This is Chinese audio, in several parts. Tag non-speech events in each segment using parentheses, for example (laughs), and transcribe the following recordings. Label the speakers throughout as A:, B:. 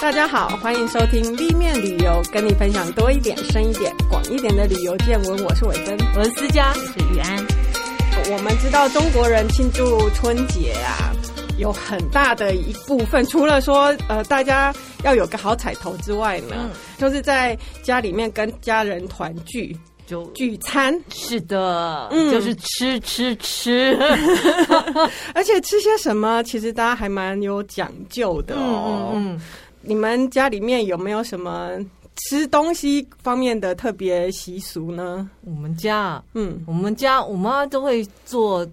A: 大家好，欢迎收听立面旅游，跟你分享多一点、深一点、广一点的旅游见闻。我是伟芬，
B: 我是思佳，我是雨安。
A: 我们知道中国人庆祝春节啊，有很大的一部分，除了说呃大家要有个好彩头之外呢，
B: 嗯
A: 就是在家里面跟家人团聚
B: 就
A: 聚餐，
B: 是的，
A: 嗯
B: 就是吃吃吃，
A: 而且吃些什么，其实大家还蛮有讲究的哦。
B: 嗯，
A: 你们家里面有没有什么吃东西方面的特别习俗呢？
B: 我们家，
A: 嗯，
B: 我们家我妈都会做，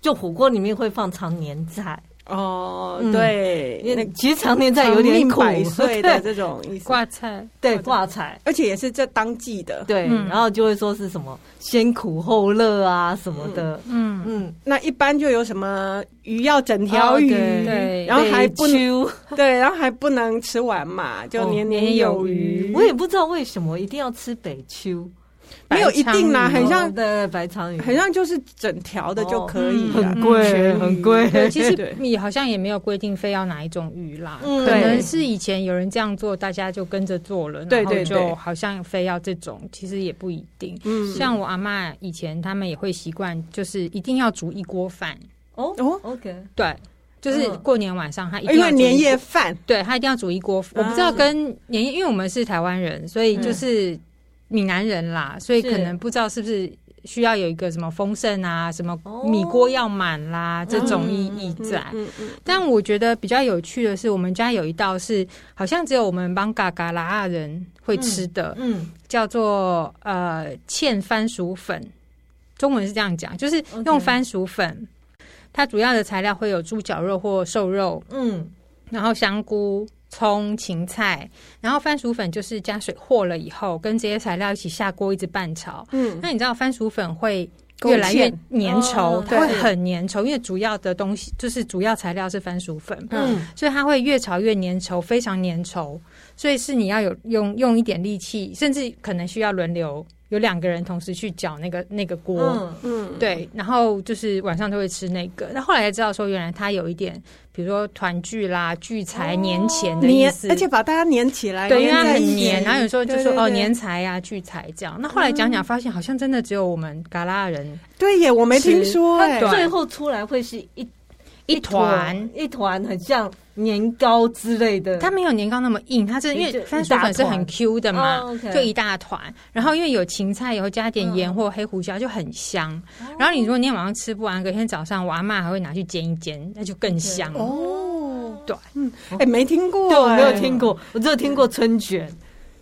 B: 就火锅里面会放常年菜，
A: 哦，
B: 嗯
A: 对，
B: 因为
A: 那
B: 其实常年菜有点苦
A: 长命百，岁的
B: (laughs) 对
A: 这种意思，
C: 挂菜，
B: 对，挂彩。
A: 而且也是这当季的。
B: 对，
C: 嗯
B: 然后就会说是什么先苦后乐啊什么的，
C: 嗯，
B: 嗯，
A: 那一般就有什么鱼要整条
B: 哦
A: 鱼，
B: 对
C: 对
A: 然后还不能
B: 能，
A: (laughs) 对，然后还不能吃完嘛，就
B: 哦
A: 年
C: 年
A: 有
C: 有余
B: 我也不知道为什么一定要吃北秋，
A: 没有一定啦，
C: 白鲳鱼哦
A: 很像
B: 的白鲳鱼，
A: 很像就是整条的就可以
C: 哦嗯
A: 了，
C: 很贵
A: 全鱼
B: 很
A: (laughs)
B: 贵
C: 对，其
A: 对
C: 实你好像也没有规定非要哪一种鱼啦，
B: 嗯
C: 可能
A: 对
C: 是以前有人这样做，大家就跟着做了，
A: 对
C: 然后
A: 对对
C: 就好像非要这种，其实也不一定。
A: 嗯
C: 像我阿嬷以前他们也会习惯，就是一定要煮一锅饭，
B: 哦
A: 哦，
B: ，OK，
C: 对，就是
B: 嗯
C: 过年晚上她一定
A: 因
C: 要
A: 为
C: 煮一锅
A: 年夜饭
C: 对他一定要煮一锅，
A: 啊
C: 我不知道跟年夜，因为我们是台湾人，所以
A: 嗯
C: 就是闽南人啦，所以
B: 是
C: 可能不知道是不是需要有一个什么丰盛啊，什么
B: 哦
C: 米锅要满啦、这种意义在。
A: 嗯嗯嗯
C: 但我觉得比较有趣的是，我们家有一道是好像只有我们邦嘎嘎拉阿人会吃的，
B: 嗯，
C: 叫做呃芡番薯粉，中文是这样讲，就是
A: 哦
C: 用
B: OK
C: 番薯粉。它主要的材料会有猪脚肉或瘦肉，
B: 嗯，
C: 然后香菇、葱、芹菜，然后番薯粉就是加水和了以后，跟这些材料一起下锅一直拌炒。
A: 嗯
C: 那你知道番薯粉会越来越
A: 勾芡
C: 粘稠，
B: 哦
C: 它会
B: 对
C: 很粘稠，因为主要的东西就是主要材料是番薯粉，
B: 嗯，
C: 所以它会越炒越粘稠，非常粘稠。所以是你要有用用一点力气，甚至可能需要轮流有两个人同时去搅那个那个锅。
B: 嗯，
A: 嗯，
C: 对，然后就是晚上都会吃那个。那后来才知道说，原来它有一点，比如说团聚啦、聚财、年前的意
A: 粘
C: 思，，
A: 而且把大家粘起来，
C: 对，因为它
A: 粘在
C: 很
A: 一起
C: 黏，然后有时候就
A: 对
C: 说
A: 对
C: 哦
A: 对
C: 年财呀、聚财这样。那后来讲讲，发现好像真的只有我们嘎啦人
A: 对耶，我没听说哎，
C: 对
B: 最后出来会是一
C: 一团。
B: 一团，很像年糕之类的，
C: 它没有年糕那么硬，它是因
B: 就
C: 为
B: 一
C: 番薯
B: 大
C: 粉是很
B: 团
C: Q 的嘛，
B: 哦，OK
C: 就一大团。然后因为有芹菜，以后加点盐
B: 嗯
C: 或黑胡椒就很香。然后你如果那天晚上吃不完，隔天早上我阿妈还会拿去煎一煎，那就更香。
A: 哦，
C: 对，
A: 嗯，哎，没听过，
B: 嗯对我没有
A: 哎
B: 听过，我只有听过春卷，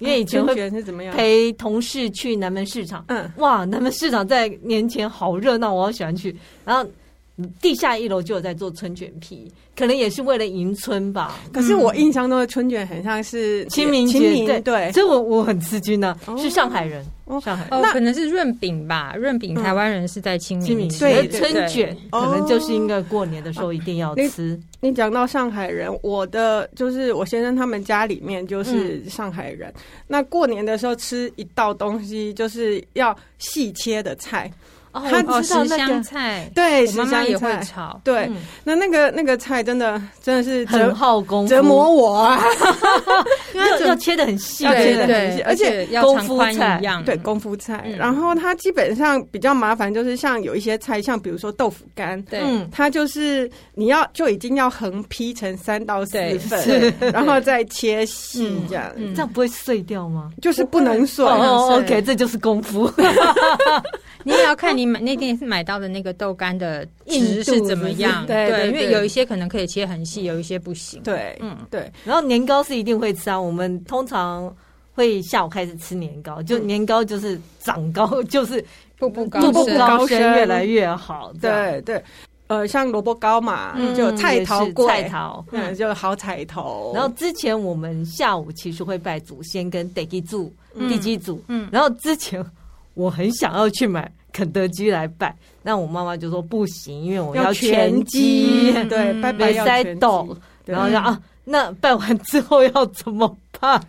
B: 因为以前
A: 嗯春
B: 会
A: 卷是怎么样？
B: 陪同事去南门市场，
A: 嗯
B: 哇，南门市场在年前好热闹，我好喜欢去。然后地下一楼就有在做春卷皮，可能也是为了迎春吧。
A: 可是我印象中的春卷很像是
B: 清明节
A: 清明对
B: 所以我我很吃惊呢、
A: 哦
B: 是上海人，
A: 哦
B: 上海人。
C: 哦
A: 那，
C: 可能是润饼吧，润饼
A: 嗯
C: 台湾人是在清
B: 清
C: 明
B: 明
C: 吃
A: 对
B: 节
A: 对哦
B: 春卷
A: 对
B: 可能就是应该过年的时候一定要吃，
A: 你讲到上海人，我的就是我先生他们家里面
B: 嗯
A: 就是上海人。那过年的时候吃一道东西，就是要细切的菜，
B: 哦
A: 他
B: 我
C: 哦，
B: 知道
C: 十
B: 那
C: 香
B: 个
C: 菜，
A: 对，
C: 我
A: 十
C: 妈妈
A: 香
C: 也会
A: 菜。
C: 炒。
A: 对，
B: 嗯
A: 那那个那个菜真的真的是折
B: 很耗功夫，
A: 折磨我啊！
B: 要要切的很细，
A: 要
B: 切
A: 切得
C: 对
B: 的
A: 很细
C: 对，
A: 而且
C: 要
B: 功
C: 常
B: 夫
C: 宽
B: 菜
C: 一样，
A: 对，功夫菜。
C: 嗯
A: 然后它基本上比较麻烦，就是像有一些菜，像比如说豆腐干。
C: 对，
B: 嗯，
A: 它就是你要就已经要横劈成三到四
C: 对
A: 份， (laughs) 然后再切细这样，
C: 嗯
B: 这样不会碎掉吗？
A: 就是不能碎。
C: 不能
B: 哦
C: 碎
B: ，OK，这就是功夫， (laughs)
C: 你也要看你买那天是买到的那个豆干的
B: 硬
C: 值
B: 度
C: 是怎么样，
A: 是对对
C: 因为
A: 对
C: 有一些可能可以切很细，有一些不行。，
A: 对，
C: 嗯，
A: 对，
B: 然后年糕是一定会吃啊，我们通常会下午开始吃年糕，
A: 嗯
B: 就年糕就是长高， (laughs) 就是
C: 步步高
B: 步步
C: 升
B: 高升，
A: 升
B: 越来越好。这样，
A: 对对，呃，像萝卜糕嘛，
B: 嗯
A: 就有菜头
B: 也是
A: 粿，
B: 菜头。
A: 嗯，就有好彩头。
B: 然后之前我们下午其实会拜祖先跟地基祖、地基祖。
C: 嗯
B: 然后之前我很想要去买肯德基来拜，那我妈妈就说不行，因为我
A: 要
B: 全
A: 鸡，
C: 嗯
A: 对，
C: 嗯
A: 拜拜
B: 没
A: 要
B: 塞
A: 全
B: 豆
A: 鸡，，对
B: 然后就啊，那拜完之后要怎么办？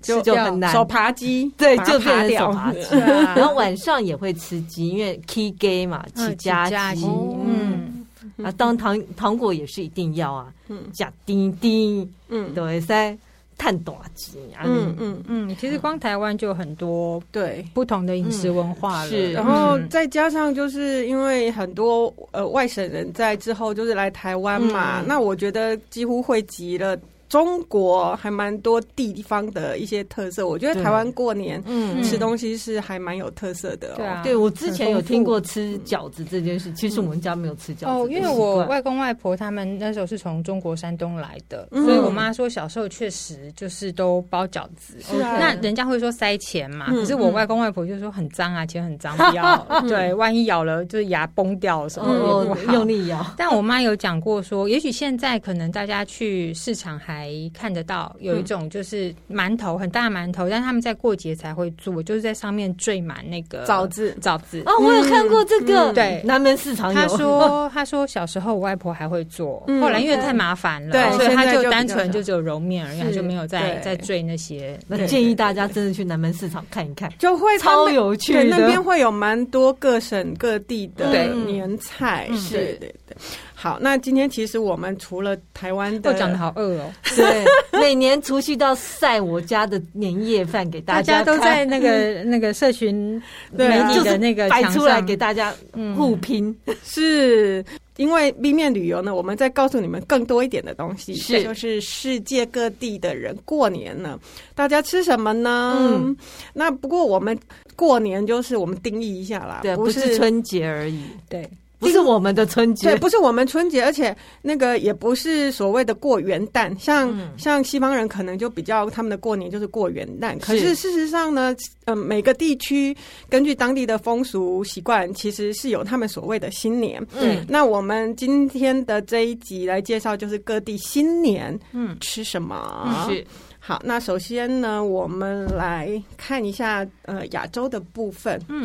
A: 就
B: 这 (laughs) 就很难
A: 手扒鸡，
B: 对
A: 把，它
B: 就变成手
A: 扒
B: 扒
A: 掉
B: 鸡。
C: 对啊
B: 然后晚上也会吃鸡，因为 K gay 嘛，起
C: 嗯
B: 家
C: 起家
B: 鸡
C: 鸡，
A: 哦
C: 嗯，
B: 啊，当糖糖果也是一定要啊，
A: 嗯
B: 加丁丁，
A: 嗯，
B: 都会塞碳短鸡啊，
A: 嗯嗯，
C: 嗯，其实光台湾就有很多
A: 对。
C: 不同的饮食文化
B: 嗯
C: 了。
B: 是
A: 然后
C: 嗯
A: 再加上，就是因为很多呃外省人在之后就是来台湾嘛，
B: 嗯
A: 那我觉得几乎汇集了中国还蛮多地方的一些特色。我觉得
B: 对
A: 台湾过年
B: 嗯
A: 吃东西是还蛮有特色的、哦。
C: 对啊，
B: 对，我之前有听过
A: 很
B: 吃饺子这件事，其实我们家没有吃饺子的习惯。
C: 哦，因为我外公外婆他们那时候是从中国山东来的，
A: 嗯
C: 所以我妈说小时候确实就是都包饺子。
A: 是
B: 嗯
A: 啊
C: 那人家会说塞钱嘛，
A: 嗯
C: 可是我外公外婆就说很脏啊，钱很脏，不
B: (laughs)
C: 要。对，万一咬了就是牙崩掉什么也不
B: 哦
C: 好。
B: 用力咬，
C: 但我妈有讲过说，也许现在可能大家去市场还看得到，
B: 嗯
C: 有一种就是馒头很大的馒头，但他们在过节才会做，就是在上面缀满那个
A: 枣子，
C: 枣子。
B: 哦，我有看过这个，
A: 嗯
C: 对
B: 南门市场有。
C: 他说：“他说小时候我外婆还会做，
A: 嗯
C: 后来因为太麻烦了，
A: 对
C: 所以他
A: 现在就比较
C: 单纯
A: 少
C: 就只有揉面而已，
B: 是
C: 他就没有再
A: 对
C: 再追那些。
B: (laughs) 那
A: 对
B: 建议大家真的去南门市场看一看， (laughs)
A: 就会他
B: 超
A: 们
B: 有趣
A: 对，
B: 的。
A: 那边会有蛮多各省各地的
C: 对
A: 年菜，
C: 嗯
A: 对对对。好，那今天其实我们除了台湾
C: 我
A: 的，
C: 讲的好饿哦，
B: 对，每年除夕到晒我家的年夜饭给
C: 大
B: (laughs) 大
C: 家
B: 家
C: 都
B: 看
C: 在
B: (laughs)
C: 那个那个社群
A: 对
C: 媒
A: 啊
C: 体的那个
B: 摆
C: 墙
B: 出来
C: 上
B: 给大家
C: 嗯
B: 互拼，
A: 是因为 B 面旅游呢，我们再告诉你们更多一点的东西，
B: 是
A: 就是世界各地的人过年呢，大家吃什么呢？
B: 嗯
A: 那不过我们过年就是我们定义一下啦，
B: 对，
A: 不
B: 不是春节而已，
C: 对
B: 不是我们的春
A: 对，
B: 节，
A: 不是我们春节，而且那个也不是所谓的过元旦，像、
B: 嗯
A: 像西方人可能就比较他们的过年就是过元旦，可
B: 是
A: 是事实上呢，呃，每个地区根据当地的风俗习惯，其实是有他们所谓的新年。(laughs)
B: 嗯，
A: 那我们今天的这一集来介绍，就是各地新年
C: 嗯
A: 吃什么。
B: 嗯是
A: 好，那首先呢，我们来看一下呃亚洲的部分。
C: 嗯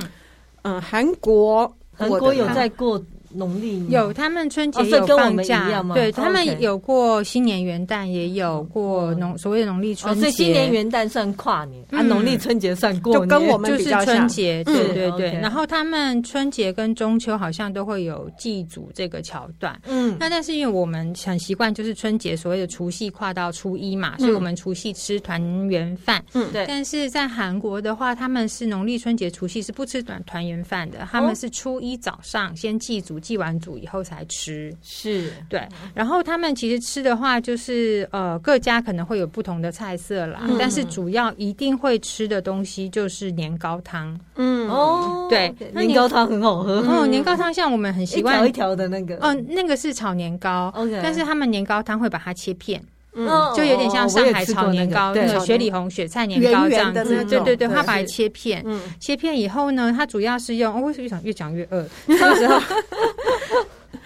A: 嗯、韩国，
B: 韩国有
A: 我的
B: 在过农历吗
C: 有他们春节
B: 哦所以
C: 有
B: 跟我
C: 放
B: 们一
C: 假
B: 样，吗
C: 对
B: 哦
C: 他
B: OK 嗯
C: 们有过新年元旦，也有过农所谓的农历
B: 哦，
C: 春
B: 所以新年
C: 节。”
B: 元旦算跨年，啊，
C: 嗯
B: 农历春节算过
A: 就
B: 年，
A: 跟我们
C: 就
A: 比
C: 是
A: 较
C: 春
A: 像
C: 节，
A: 嗯
C: 对对
B: 是
C: 对。
B: ，OK
C: 然后他们春节跟中秋好像都会有祭祖这个桥段。
B: 嗯，
C: 那但是因为我们很习惯，就是春节所谓的除夕跨到初一嘛，所以我们除夕吃团圆饭。
A: 嗯
B: 嗯对
C: 但是在韩国的话，他们是农历春节除夕是不吃团团圆饭的，他
B: 哦
C: 们是初一早上先祭祖，祭完祖以后才吃。
B: 是
C: 对，然后他们其实吃的话，就是呃，各家可能会有不同的菜色啦，
A: 嗯
C: 但是主要一定会吃的东西就是年糕汤。
A: 嗯
B: 哦，
C: 对
B: OK，
C: 那
B: 年
C: 你
B: 糕汤很好喝，
C: 哦，年糕汤像我们很习
B: 嗯一条哦
C: 惯
B: 一，条的那个，
C: 嗯、那个是炒年糕
B: OK
C: 但是他们年糕汤会把它切片，
A: 嗯
B: 哦，
C: 就有点像上海炒年糕、
B: 我也吃过那个
C: 个
B: 对，
C: 雪里红雪菜年糕这样
A: 圆圆的
C: 子
A: 那。种
C: 对对
A: 对
C: 对，它把它切片，
A: 嗯
C: 切片以后呢，它主要是用哦，我越想越讲越饿，那个时候。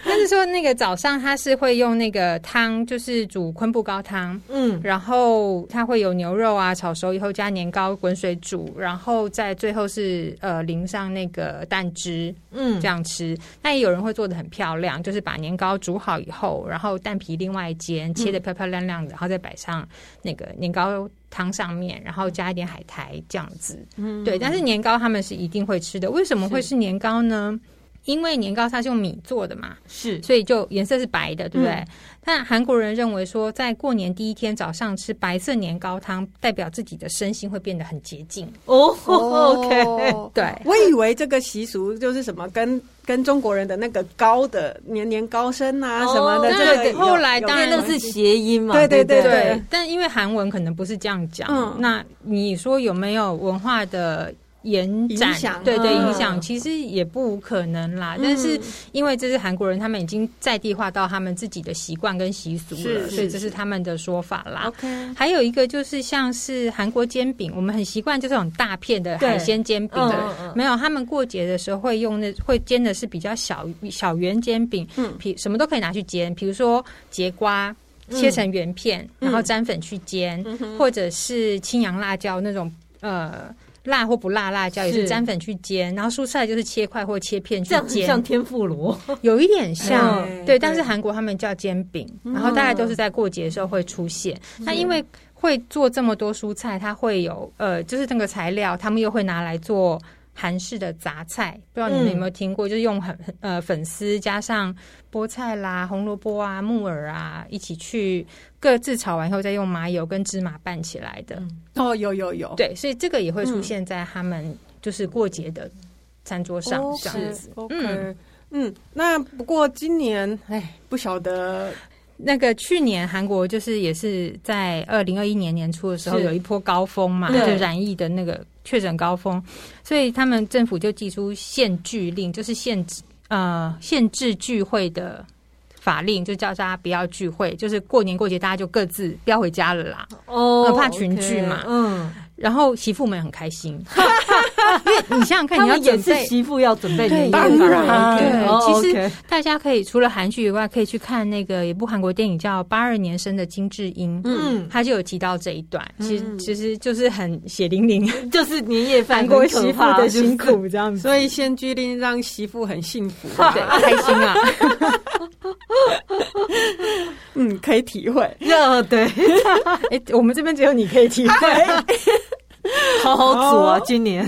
C: 但是说那个早上它是会用那个汤，就是煮昆布高汤，
B: 嗯，
C: 然后它会有牛肉啊，炒熟以后加年糕滚水煮，然后再最后是呃淋上那个蛋汁，
B: 嗯
C: 这样吃。那也有人会做的很漂亮，就是把年糕煮好以后，然后蛋皮另外一煎，切的漂漂亮亮的，然后再摆上那个年糕汤上面，然后加一点海苔这样子。嗯，对。但是年糕他们是一定会吃的，为什么会是年糕呢？因为年糕它是用米做的嘛，
B: 是
C: 所以就颜色是白的，对不对？但韩国人认为说，在过年第一天早上吃白色年糕汤，代表自己的身心会变得很洁净。
B: 哦，OK，
A: 哦
C: 对
A: (laughs) 我以为这个习俗就是什么跟跟中国人的那个高的年年高升啊
B: 哦
A: 什么的，
C: 那
A: 这个有
C: 后来
A: 有
C: (laughs) 当然
B: 那
A: 关
B: 个是
A: 系
B: 谐音嘛，
A: 对
B: 对
A: 对
B: 不
A: 对
C: 对，但因为韩文可能不是这样讲。
A: 嗯
C: 那你说有没有文化的延展？
A: 影响
C: 对对，
B: 嗯
C: 影响其实也不无可能啦。
A: 嗯
C: 但是因为这是韩国人，他们已经在地化到他们自己的习惯跟习俗了，
A: 是
C: 所以
A: 是
C: 这是他们的说法啦。
A: OK，
C: 还有一个就是像是韩国煎饼，我们很习惯就是很大片的海鲜煎饼
B: 嗯
C: 的。
B: 嗯嗯
C: 没有，他们过节的时候会用那会煎的是比较小小圆煎饼，
A: 嗯
C: 比什么都可以拿去煎，比如说节瓜切成圆片，
A: 嗯
C: 然后沾粉去煎，
A: 嗯哼
C: 或者是青阳辣椒那种呃辣或不辣辣椒也
B: 是
C: 是沾粉去煎，然后蔬菜就是切块或切片去
B: 这样很像
C: 煎，
B: 天妇罗，
C: 有一点像、
A: 哎
C: 对，
A: 对嗯
C: 但是韩国他们叫煎饼，然后大概都是在过节的时候会出现。那因为会做这么多蔬菜，它会有呃，就是那个材料，他们又会拿来做。韩式的杂菜，不知道你们有没有听
A: 嗯
C: 过，就是用很呃粉丝加上菠菜啦、红萝卜啊、木耳啊一起去各自炒完以后，再用麻油跟芝麻拌起来的。
A: 哦，有有有，
C: 对，所以这个也
A: 嗯
C: 会出现在他们就是过节的餐桌上、这样子。
A: OK，嗯嗯，那不过今年，哎，不晓得
C: 那个去年韩国就是也是在二零二一年年初的时候
B: 是
C: 有一波高峰嘛，就
B: 对
C: 染疫的那个确诊高峰，所以他们政府就寄出限聚令，就是限制呃限制聚会的法令，就叫大家不要聚会，就是过年过节大家就各自不要回家了啦。
B: 哦
C: 怕群聚嘛
B: OK，嗯，
C: 然后媳妇们很开
B: (laughs)
C: 心，因为你想想看，
B: 他
C: 你要
B: 们也
C: 准
B: 是
C: 备。
B: 媳妇要准备
C: 对
B: 年夜
A: 当
B: 饭
A: 然
C: 对
B: 哦
C: 其实
B: OK
C: 大家可以除了韩剧以外，可以去看那个有一部韩国电影叫《八二年生的金智英》，
A: 嗯
C: 他就有提到这一段，其实
A: 嗯
C: 其实就是很血淋 (laughs) 淋
B: 就是年夜饭很
C: 韩国
B: 可
C: 媳妇
B: 怕
C: 的
B: 就是
C: 辛苦 (laughs) 这样子，
A: 所以限聚令让媳妇很幸福，
C: 对，开心啊，
A: 嗯，可以体
C: (laughs)
A: 会。
B: 热对，
C: (laughs) 哎，我们这边只有你可以体会，
B: 好好煮啊
A: 哦，
B: 今年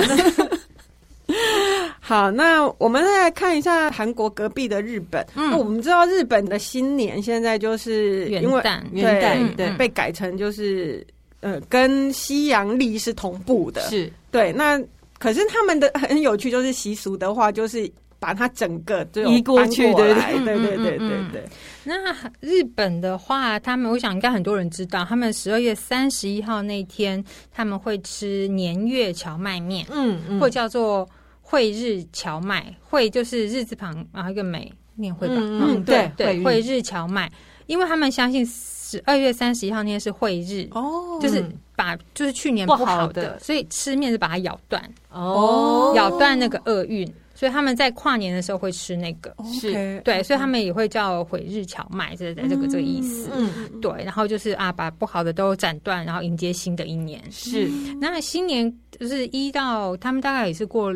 A: 好，那我们再来看一下韩国隔壁的日本。
C: 嗯
A: 那我们知道日本的新年现在就是
C: 元
A: 因为
C: 旦
A: 对
B: 元旦
A: 嗯
C: 对
A: 被改成就是呃跟西洋历是同步的。
B: 是
A: 对，那可是他们的很有趣，就是习俗的话，就是把它整个这种
B: 移过
A: 搬
B: 去
A: 过
B: 对
A: 来
C: 嗯
A: 对对
C: 嗯
A: 对
C: 嗯
A: 对
C: 嗯
A: 对。
C: 那日本的话，他们我想应该很多人知道，他们十二月三十一号那天他们会吃年月荞麦面，
B: 嗯嗯
C: 或叫做惠日荞麦，惠就是日字旁，然后一个美，念惠吧，
B: 嗯
A: 嗯
B: 对
C: 对，惠
B: 会
C: 日荞麦，因为他们相信十二月三十一号那天是惠日，
A: 哦
C: 就是把就是去年不
B: 不好
C: 好
B: 的
C: 所以吃面是把它咬断，
B: 哦
C: 咬断那个厄运，所以他们在跨年的时候会吃那个，
B: 是
A: 哦 OK
C: 对，所以他们也会叫毁日荞麦，这这这个这个意思。
B: 嗯
C: 对，然后就是啊，把不好的都斩断，然后迎接新的一年。
B: 是
C: 那新年就是一到他们大概也是过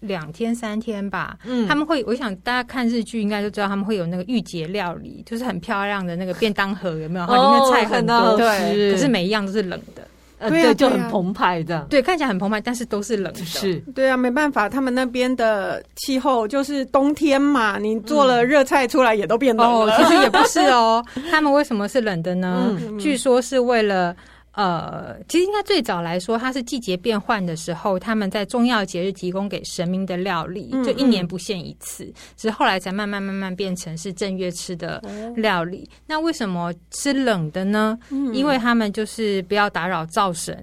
C: 两天三天吧，
B: 嗯
C: 他们会，我想大家看日剧应该就知道，他们会有那个御节料理，就是很漂亮的那个便当盒，有没有？它里面的菜很多，
B: 哦
A: 对
B: 是
C: 可是每一样都是冷的，
B: 呃
A: 对啊
B: 对就
A: 对
B: 很
A: 啊
B: 澎湃这样
C: 对，看起来很澎湃，但是都是冷的。，
B: 是
A: 对啊，没办法，他们那边的气候就是冬天嘛，你做了热菜出来也都变冷
C: 哦，
A: 了。
C: 其实也不是 (laughs) 哦，他们为什么是冷的呢？
B: 嗯
C: 据说是为了。呃，其实应该最早来说，它是季节变换的时候，他们在重要节日提供给神明的料理，
A: 嗯
C: 就一年不限一次。只是后来才慢慢慢慢变成是正月吃的料理。那为什么吃冷的呢？因为他们就是不要打扰灶神，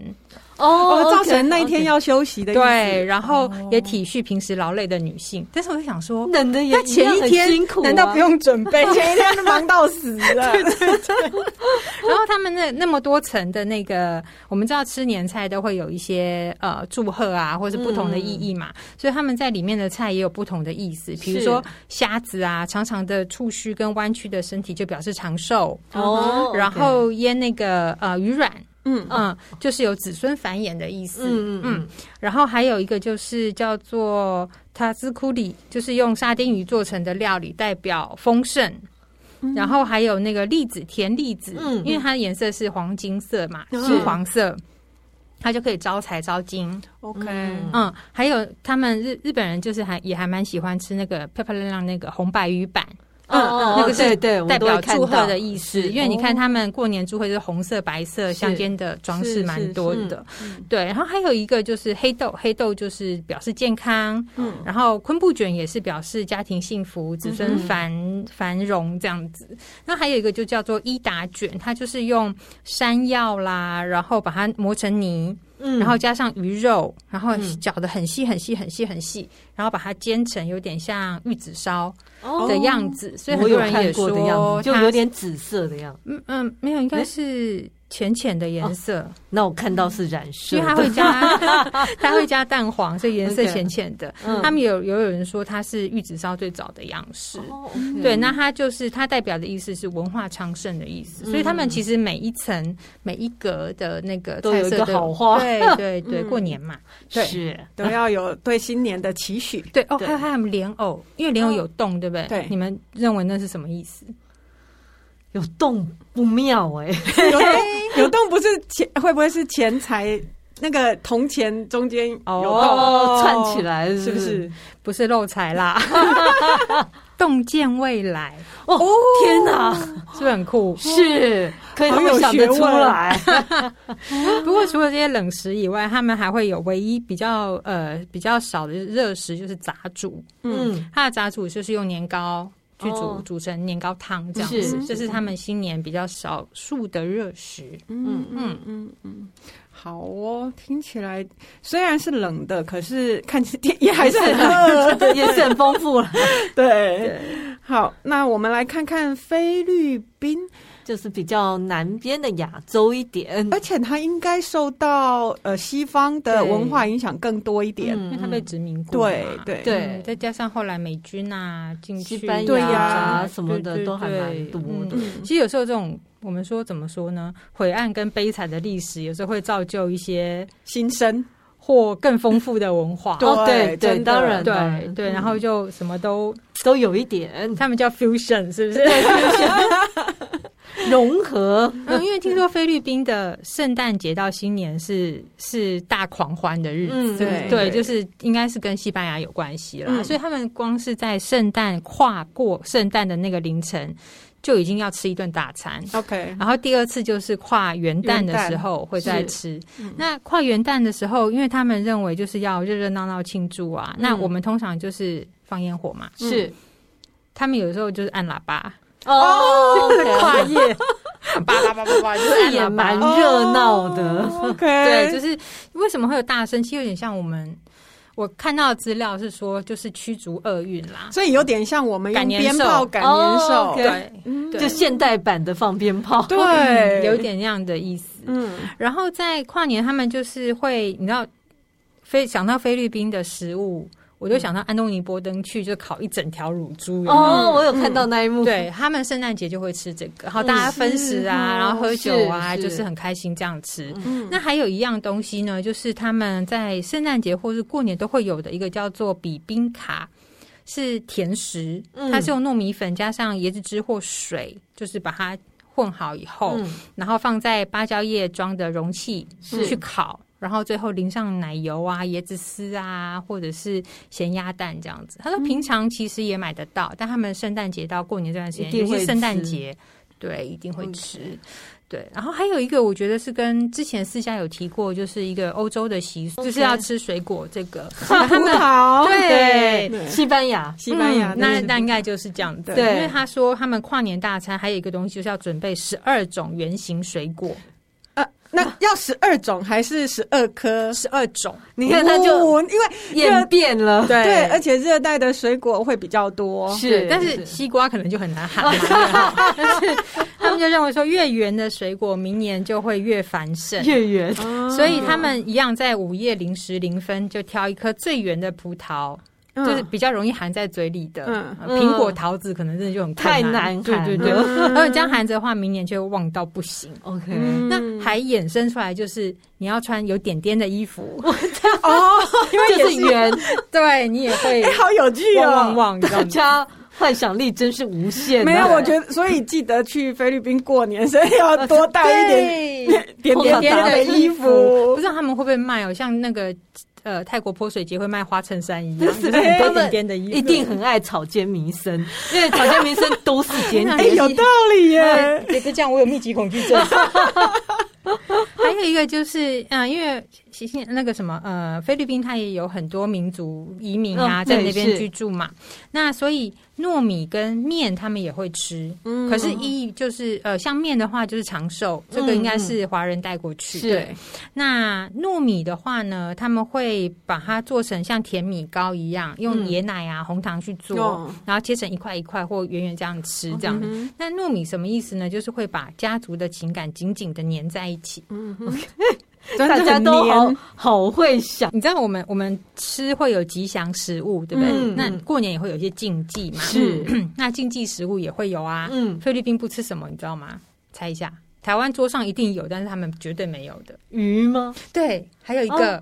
B: 哦
A: 哦，造
B: OK，
A: 成那一天
B: OK
A: 要休息的意思 (laughs)
C: 对，哦然后也体恤平时劳累的女性。但是我就想说，
B: 冷的也
C: 那前
B: 样
C: 一
B: 很
C: 天
B: 辛苦啊，
C: 难道不用准备？
A: 前一天忙到死
C: (laughs)
A: 了，
C: 然后他们那那么多层的那个，我们知道吃年菜都会有一些呃祝贺啊，或是不同的意义
B: 嗯
C: 嘛，所以他们在里面的菜也有不同的意思。比如
B: 是
C: 说虾子啊，长长的触须跟弯曲的身体就表示长寿。
B: 哦
C: 嗯然
B: OK 哦
C: 后腌那个呃鱼卵，
A: 嗯
C: 嗯，就是有子孙繁衍的意思。
B: 嗯嗯嗯
C: 然后还有一个就是叫做塔兹库里，就是用沙丁鱼做成的料理，代表丰盛。然后还有那个栗子，甜栗子，
B: 嗯
C: 因为它的颜色是黄金色嘛，
A: 嗯
C: 金黄色，它就可以招财招金。
A: ，OK，
B: 嗯
C: 嗯，还有他们日日本人就是还也还蛮喜欢吃那个漂漂亮亮那个红白鱼板，
B: 哦哦
C: 嗯那个
B: 哦
C: 是
B: 对对，我
C: 代
B: 都会
C: 表
B: 看
C: 祝
B: 到
C: 贺的意思。
B: 是
C: 因为你看他们过年祝贺就是红色、白色
B: 是
C: 相间的装饰蛮多的
A: 是是嗯，
C: 对。然后还有一个就是黑豆，黑豆就是表示健康，
A: 嗯
C: 然后昆布卷也是表示家庭幸福、子
B: 嗯
C: 孙繁繁荣这样子。那还有一个就叫做伊达卷，它就是用山药啦，然后把它磨成泥，
B: 嗯
C: 然后加上鱼肉，然后
B: 嗯
C: 搅得很细很细很细很细，然后把它煎成有点像玉子烧
B: 哦
C: 的样子。所以很
B: 我
C: 多
B: 有
C: 人也
B: 看
C: 说
B: 过的样子，就
C: 它
B: 有点紫色的样子。
C: 嗯嗯，没有，应该是浅浅的颜色，
B: 那我看到哦是染色
C: 因
B: 的，
C: 为它会
B: (laughs)
C: 加它会加蛋黄，所以颜色
B: OK
C: 浅浅的。
B: 嗯
C: 他们有有有人说它是玉子烧最早的样式。
B: 哦，OK
C: 对，那它就是它代表的意思是文化昌盛的意思，
B: 嗯
C: 所以他们其实每一层每一格的那个
B: 都有
C: 菜色
B: 一个好花
C: 对
B: (laughs)
C: 对对，
A: 嗯
C: 过年嘛，对
B: 是
A: 都要有对新年的期
C: (laughs)
A: 许。
C: 对哦，
B: 对嗯
C: 还有还有莲藕，因为莲藕有洞，对不对？
A: 对
C: 你们认为那是什么意思？
B: 有洞不妙哎，
A: 有动有动不是钱，会不会是钱财那个铜钱中间有洞
B: 哦串起来
A: 是不是？
C: 不是漏
B: (laughs)
C: 财啦， (laughs) 洞见未来，
B: 哦，天哪，
C: 是不是很酷？
B: 是，可以他
A: 好有
B: 们想得
A: 学问
B: 出来，哦
C: 不过除了这些冷食以外，他们还会有唯一比较呃比较少的热食，就是炸煮。
A: 嗯，
B: 嗯，
C: 它的炸煮就是用年糕去煮、
B: 哦
C: 煮成年糕汤这样
B: 是
C: 子，
A: 是
C: 这是他们新年比较少数的热食。
A: 嗯
C: 嗯
A: 嗯嗯嗯，好哦，听起来虽然是冷的，可是看起来也还是很
C: (laughs)
A: 饿。
B: 也是很丰富了，
A: 对，好，那我们来看看菲律宾，
B: (laughs) 就是比较南边的亚洲一点，
A: 而且它应该受到呃西方的
C: 对
A: 文化影响更多一点。
C: 因为它被殖民过
A: 对
C: 嘛，
A: 对
B: 嗯对
C: 嗯再加上后来美军啊进去，
B: 西班
A: 对
B: 牙啊
A: 呀
B: 什么的
C: 对对
B: 都还蛮多的
C: 对，嗯其实有时候这种我们说怎么说呢，晦暗跟悲惨的历史，有时候会造就一些
A: 新生
C: 或更丰富的文化。
A: 对
B: 哦对对，
A: 真的
B: 当然当
C: 对
B: 然
C: 对，然后就什么都，
B: 都有一点
C: 他们叫 fusion 是不是？
B: (laughs) 融合，
C: (laughs) 嗯，因为听说菲律宾的圣诞节到新年是是大狂欢的日子，
B: 嗯，
A: 对
C: 对，就是应该是跟西班牙有关系啦，
A: 嗯
C: 所以他们光是在圣诞跨过圣诞的那个凌晨就已经要吃一顿大餐。
A: ，OK，
C: 然后第二次就是跨元旦的时候会再吃
A: 嗯。
C: 那跨元旦的时候，因为他们认为就是要热热闹闹庆祝啊，
A: 嗯
C: 那我们通常就是放烟火嘛。
B: 是
C: 他们有时候就是按喇叭，
B: 嗯哦，
C: 跨夜，叭叭叭叭叭，就是按
B: 这也
C: 喇叭
B: 蛮热闹的，
A: 哦 OK，(laughs)
C: (laughs) 对，就是为什么会有大声？其实有点像我们我看到的资料是说，就是驱逐厄运啦。
A: 所以有点像我们
C: 赶
A: 用
C: 年
A: 鞭
C: 兽
A: 炮赶年
B: 哦
A: 兽，
B: ，OK
C: 对，
A: 嗯
C: 对
B: 就现代版的放鞭炮，
A: 对，
C: 有一点那样的意思。
A: 嗯
C: 然后在跨年，他们就是会，你知道，非想到菲律宾的食物，我就想到安东尼波登去就烤一整条乳猪。有没有
B: 哦，我有看到那一幕，
C: 对他们圣诞节就会吃这个，然后大家
B: 嗯
C: 分食啊，
A: 是
C: 然后喝酒啊，
B: 是
C: 就是是很开心这样吃。
A: 嗯，
C: 那还有一样东西呢，就是他们在圣诞节或是过年都会有的一个叫做比冰卡，是甜食，
B: 嗯
C: 它是用糯米粉加上椰子汁或水，就是把它混好以后，
B: 嗯，
C: 然后放在芭蕉叶装的容器
B: 是
C: 去烤。然后最后淋上奶油啊、椰子丝啊，或者是咸鸭蛋这样子。他说平常其实也买得到，但他们圣诞节到过年这段时
B: 一
C: 间，
B: 定
C: 尤其
B: 会
C: 是圣诞
B: 吃
C: 节，对，一定会
B: 会
C: 吃。对，然后还有一个，我觉得是跟之前私下有提过，就是一个欧洲的习俗，
B: OK
C: 就是要吃水果。这个
A: 葡萄，
B: 哦
C: 对
A: 对
B: 西班牙，
A: 西班牙
C: 嗯
A: 的
C: 那
A: 是
C: 那应该就是这样子。
A: 对
C: 因为他说他们跨年大餐还有一个东西，就是要准备十二种圆形水果，
A: 呃，那要十二种还是十二颗？
C: 十二种。
B: 你看它就
A: 哦因为
B: 演变了，
C: 对
A: 对，而且热带的水果会比较多。
B: 啊
C: 对但是西瓜可能就很难喊嘛。但是他们就认为说，越圆的水果明年就会越繁盛。
B: 月圆，
C: 所以他们一样在午夜零时零分就挑一颗最圆的葡萄，
A: 嗯
C: 就是比较容易含在嘴里的。
A: 嗯
C: 呃苹果、桃子可能真的就很困
B: 太难
C: 对
B: 含
C: 对对。
B: 了
C: 而 (laughs) 且这样含着的话，明年就会旺到不行。
B: ，OK，
A: 嗯
C: 那还衍生出来就是你要穿有点点的衣服，
A: 哦，因为
B: 就
A: 也
B: 是圆，
C: (laughs) 对你也会
A: 哎，好有趣
C: 旺旺
A: 哦。
C: 旺，你知
B: 大
C: 道吗？
B: 家幻想力真是无限啊，
A: 没有，我觉得，所以记得去菲律宾过年，所以要多带一点
C: 对
A: 点点点的衣
C: 不
A: 服
C: 知。道他们会不会卖哦，像那个呃泰国泼水节会卖花衬衫一样， (laughs) 就是
A: 哎
C: 很多
B: 他们
C: 点点的衣服，
B: 一定很爱草间弥生，因为草间弥生都是点
A: 哎，
B: 点
A: 有道理耶。
C: 别别这样，我有密集恐惧症。还有一个就是，嗯、因为其实那个什么，呃，菲律宾它也有很多民族移民啊，
B: 嗯
C: 在
B: 对
C: 那边
B: 是
C: 居住嘛。那所以糯米跟面他们也会吃，
A: 嗯
C: 可是一就是呃，像面的话就是长寿，这个应该是华人带过去的。
B: 是
C: 那糯米的话呢，他们会把它做成像甜米糕一样，用
B: 嗯
C: 椰奶啊、红糖去做，
A: 哦
C: 然后切成一块一块或圆圆这样吃，这样。
A: 嗯
C: 那糯米什么意思呢？就是会把家族的情感紧紧的粘在一起。
A: 真
B: 大
A: 的
B: 家
A: 很
B: 都好
A: 黏
B: 好会想，
C: 你知道我们我们吃会有吉祥食物，对不对？
B: 嗯
C: 那过年也会有一些禁忌嘛，
B: 是，
C: (clears throat) 那禁忌食物也会有啊。
B: 嗯，
C: 菲律宾不吃什么，你知道吗？猜一下，台湾桌上一定有，但是他们绝对没有的。
B: 鱼吗？
C: 对，还有一个，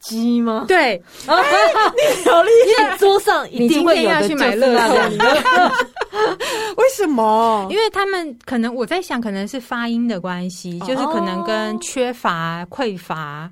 B: 鸡吗？
C: 对，
B: 啊，
A: 好厉害。
B: 因为桌上一
C: 你
B: 定
C: 今
B: 会
C: 天
B: 有
C: 要
B: 的，
C: 去买乐
B: 乐
C: 透，你就
A: 为什么？
C: 因为他们可能我在想，可能是发音的关系，就是可能跟缺乏、匮乏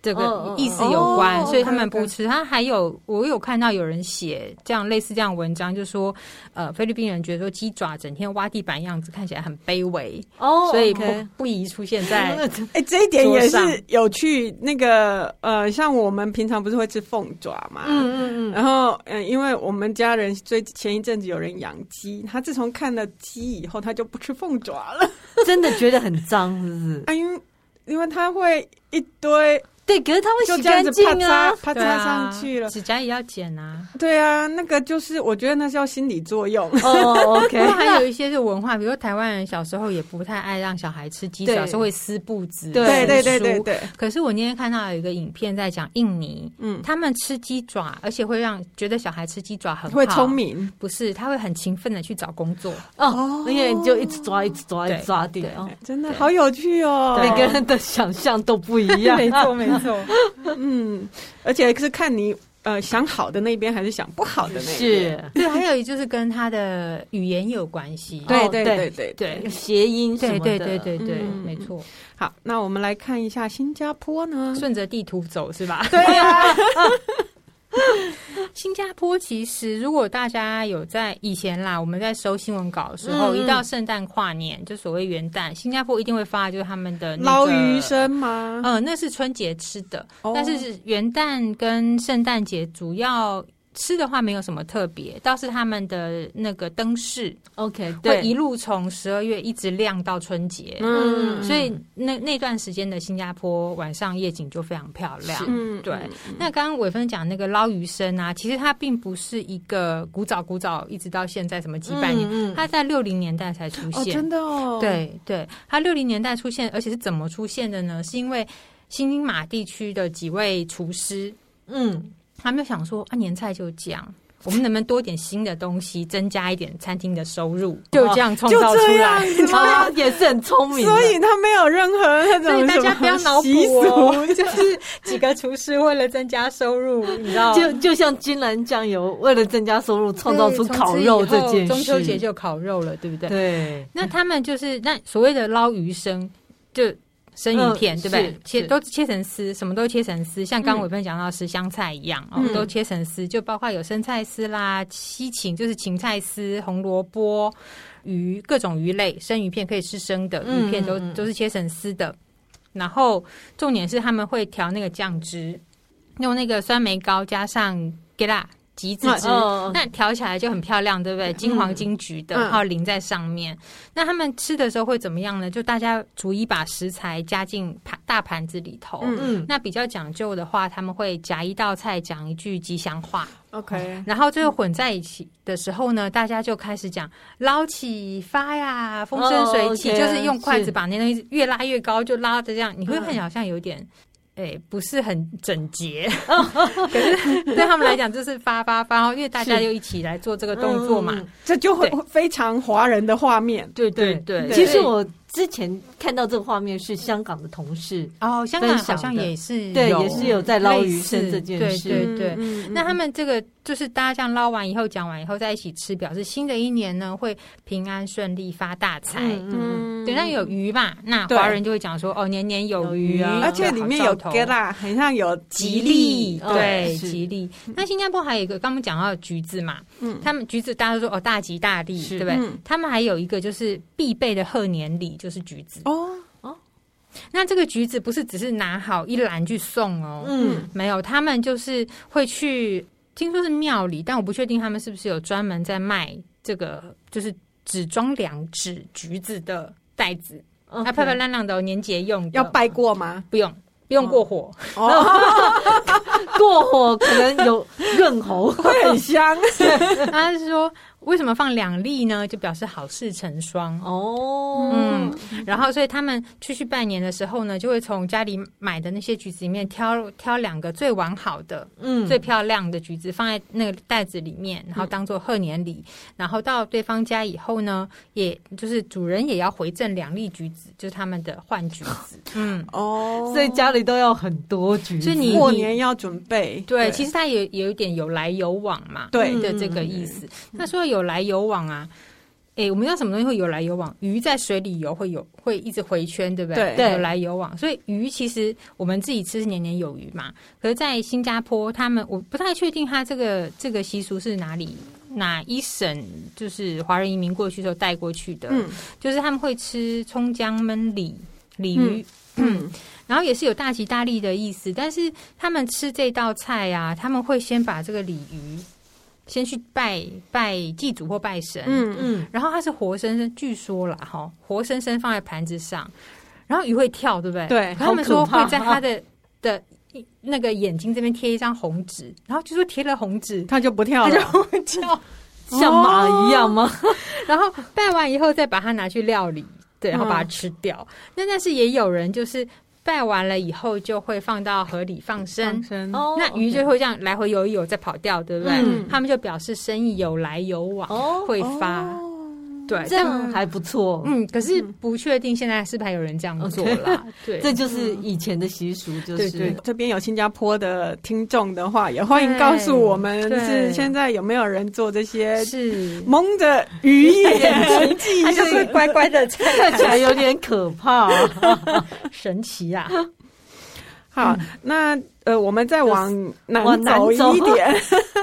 C: 这
B: 嗯嗯
C: 个
B: 嗯
C: 意思有关，
A: 哦
C: 所以他们
A: OK，OK
C: 不吃。他还有我有看到有人写这样类似这样文章，就说呃菲律宾人觉得说鸡爪整天挖地板样子看起来很卑微，
B: (laughs) 哦，
C: 所以不
B: OK
C: 不宜出现在
A: 哎、这一点也
C: 桌
A: 是
C: 上
A: 有趣。那个呃，像我们平常不是会吃凤爪嘛，
B: 嗯嗯嗯，
A: 然后，嗯，因为我们家人最前一阵子有人养鸡，他自从看了鸡以后，他就不吃凤爪了。
B: (laughs)
A: (laughs)
B: 真的觉得很脏，是不是？
A: 啊，因为因为他会一堆
B: 对，可是他会
A: 就
B: 洗
A: 这样
B: 干
A: 子
B: 净
A: 啪
B: 啊
A: 嚓。啪
C: 对
A: 嚓
C: 啊
A: 上去了。
C: 指甲也要剪啊。
A: 对啊，那个就是我觉得那是要心理作用。
B: 哦
C: 不
B: ，OK，
C: 过啊还有一些是文化，比如说台湾人小时候也不太爱让小孩吃鸡
B: 对
C: 爪，是会撕布子、
B: (laughs) 对
A: 对对
C: 撕
A: 对对
C: 书
A: 对，
C: 可是我那天看到有一个影片在讲印尼，
A: 嗯，
C: 他们吃鸡爪，而且会让觉得小孩吃鸡爪很好
A: 会聪，明。
C: 不是他会很勤奋的去找工作。
B: 哦，因为你就一直抓，一直抓，一直抓地
C: 对
B: 哦。
A: 哎真的
C: 对
A: 好有趣哦！
B: 每个人的想象都不一样，
C: 没错，
A: (laughs) 嗯，而且是看你呃想好的那边还是想不好的那一边。
B: (laughs) 是，
C: (laughs) 对，还有一就是跟他的语言有关系。
A: 对
B: 哦
A: 对
B: 对
A: 对对对。
B: 谐音什
C: 对
B: 么的，
C: 对对对对，
A: 嗯
C: 没错，
A: 好，那我们来看一下新加坡呢？
C: 顺着地图走是吧？
A: 对呀、
C: (laughs) 新加坡其实，如果大家有在以前啦，我们在收新闻稿的时候，
B: 嗯嗯
C: 一到圣诞跨年，就所谓元旦，新加坡一定会发就是他们的那个
A: 捞鱼。生吗？
C: 嗯，那是春节吃的，
A: 哦
C: 但是元旦跟圣诞节主要吃的话没有什么特别，倒是他们的那个灯饰
B: ，OK，
C: 会
B: 对，
C: 一路从十二月一直亮到春节，
B: 嗯
C: 所以那那段时间的新加坡晚上夜景就非常漂亮
B: 是。
A: 嗯
C: 对
A: 嗯嗯
C: 那刚刚伟芬讲那个捞鱼生啊，其实它并不是一个古早古早一直到现在什么几百年，
B: 嗯嗯
C: 它在六零年代才出
A: 哦，
C: 现。
A: 真的哦，，
C: 对对，它六零年代出现，而且是怎么出现的呢？是因为新英马地区的几位厨师，
B: 嗯，
C: 他们就想说啊，年菜就这样。我们能不能多点新的东西，增加一点餐厅的收入？就这样创
A: 就
C: 造出
A: 这
C: 来啊
A: 样，
B: (laughs)
A: 子吗？
B: 哦也是很聪明的，
A: 所以他没有任何那
C: 所以
A: 种
C: 大家不要
A: 什么
C: 脑补
A: 习俗， (laughs)
C: 哦，就是几个厨师为了增加收入，你知道，
B: 就就像金兰酱油为了增加收入，创造出烤肉这件事。
C: 中秋节就烤肉了，对不对？
B: 对，
C: 那他们就是那所谓的捞鱼生，就生鱼片，
B: 嗯
C: 对不对
B: 是？
C: 切
B: 是
C: 都切成丝，什么都切成丝，像刚
A: 嗯
C: 刚伟芬讲到十香菜一样，哦
A: 嗯，
C: 都切成丝，就包括有生菜丝啦、西芹就是芹菜丝、红萝卜、鱼各种鱼类，生鱼片可以吃生的，
B: 嗯
C: 鱼片都
B: 嗯嗯
C: 都是切成丝的。然后重点是他们会调那个酱汁，用那个酸梅膏加上给啦橘子汁，
B: 哦
C: 那调起来就很漂亮，对不对？金黄金橘的，
A: 嗯
C: 然后淋在上面。那他们吃的时候会怎么样呢？就大家逐一把食材加进盘大盘子里头。
A: 嗯
B: 嗯，
C: 那比较讲究的话，他们会夹一道菜，讲一句吉祥话，
A: ，OK，
C: 然后最后混在一起的时候呢，大家就开始讲捞起发呀，风生水起，
B: 哦，OK，
C: 就是用筷
B: 是
C: 子把那东西越拉越高，就拉的这样，你会看起
A: 嗯
C: 来好像有点。诶不是很整
B: (laughs)
C: 洁，可是对他们来讲就是发发发，因为大家
B: 是
C: 又一起来做这个动作嘛
B: 嗯。。嗯
A: (laughs) 这就会
C: 对
A: 非常华人的画面，
B: 对对
C: 对
B: 对，
C: 对
B: 其实我之前看到这个画面是香港的同事，
C: 哦，香港
B: 分
C: 好
B: 享
C: 像
B: 的
C: 也是
B: 对，
C: 有
B: 也是有在捞
C: 类
B: 鱼生
C: 似
B: 这件
C: 对
B: 事。
C: 对
A: 嗯
C: 对
A: 嗯嗯
C: 那他们这个就是大家这样捞完以后，讲完以后在一起吃，表示新的一年呢会平安顺利发大财。
B: 嗯
A: 嗯
C: 对，那有鱼嘛，那
A: 对
C: 华人就会讲说哦，年年有
B: 有
C: 余
B: 余啊
A: 嗯而且里面有 g e
C: 啦，
A: 啦，很像有
C: 吉利，
B: 嗯
C: 对，
B: 是
C: 吉利。那新加坡还有一个，刚刚讲到橘子嘛，
A: 嗯
C: 他们橘子大家都说哦，大吉大利，
B: 是
C: 对不对
A: 嗯？
C: 他们还有一个就是必备的贺年礼，就是橘子。
A: 哦，
C: 那这个橘子不是只是拿好一篮去送哦，
B: 嗯，
C: 没有，他们就是会去，听说是庙里，但我不确定他们是不是有专门在卖这个，就是只装两只橘子的袋子，它漂漂亮亮的、哦，年节用的，
A: 要拜过吗？
C: 不用不用过火，
A: 哦，
B: 过火可能有润喉，
A: 会
C: 嗯
A: 很香，
C: (laughs) 他是说为什么放两粒呢？就表示好事成双。
B: 哦，
C: 嗯，然后所以他们出去拜年的时候呢，就会从家里买的那些橘子里面挑挑两个最完好的，
B: 嗯
C: 最漂亮的橘子放在那个袋子里面，然后当做贺年礼。然后到对方家以后呢，也就是主人也要回赠两粒橘子，就是他们的换橘子。嗯，
A: 哦，
B: 所以家里都要很多橘子，
C: 所以你
A: 过年要准备，
C: 对，其实它也有一点有来有往嘛，
A: 对嗯
C: 的这个意思。那说有来有往啊。诶，我们知道什么东西会游来游往？鱼在水里游会游，会一直回圈，对不对？
A: 对
C: 游来游往。所以鱼其实我们自己吃是年年有余嘛。可是，在新加坡，他们我不太确定他这个这个习俗是哪里哪一省，就是华人移民过去时候带过去的，
A: 嗯
C: 就是他们会吃葱姜焖鲤鲤鱼。
A: 嗯
C: 然后也是有大吉大利的意思，但是他们吃这道菜啊，他们会先把这个鲤鱼先去拜拜祭祖或拜神，
A: 嗯嗯，
B: 嗯，
C: 然后它是活生生，据说啦哈，活生生放在盘子上，然后鱼会跳，对不对？
A: 对
C: 他们说
B: 好可怕
C: 会在它的的那个眼睛这边贴一张红纸，然后就说贴了红纸，
A: 他就不跳
C: 它就
A: 了，
C: 会跳。
B: 像马一样吗？
C: (laughs) 然后拜完以后再把它拿去料理，对，然后把它吃掉。那但是也有人就是拜完了以后就会放到河里放生
A: 上，身
B: (laughs) 哦
C: 那鱼就会这样来回游一游再跑掉，对不对？
A: 嗯
C: 他们就表示生意有来有往，
B: 哦，
C: 会发，
A: 哦
C: 对，
B: 这样还不错。
C: 嗯，可是不确定现在是不是还有人这样做啦？ (laughs) 对，
B: 这就是以前的习俗，就是
C: 对对
A: 这边有新加坡的听众的话，也欢迎告诉我们
C: 对
A: 是现在有没有人做这些
C: 是，
A: 蒙着鱼眼记
C: 他就是乖乖的 (laughs) 在
B: 看起来有点可怕。
C: 神奇啊！
A: 好，
C: 嗯
A: 那呃，我们再往南
B: 往南
A: 走
B: 走
A: 一点，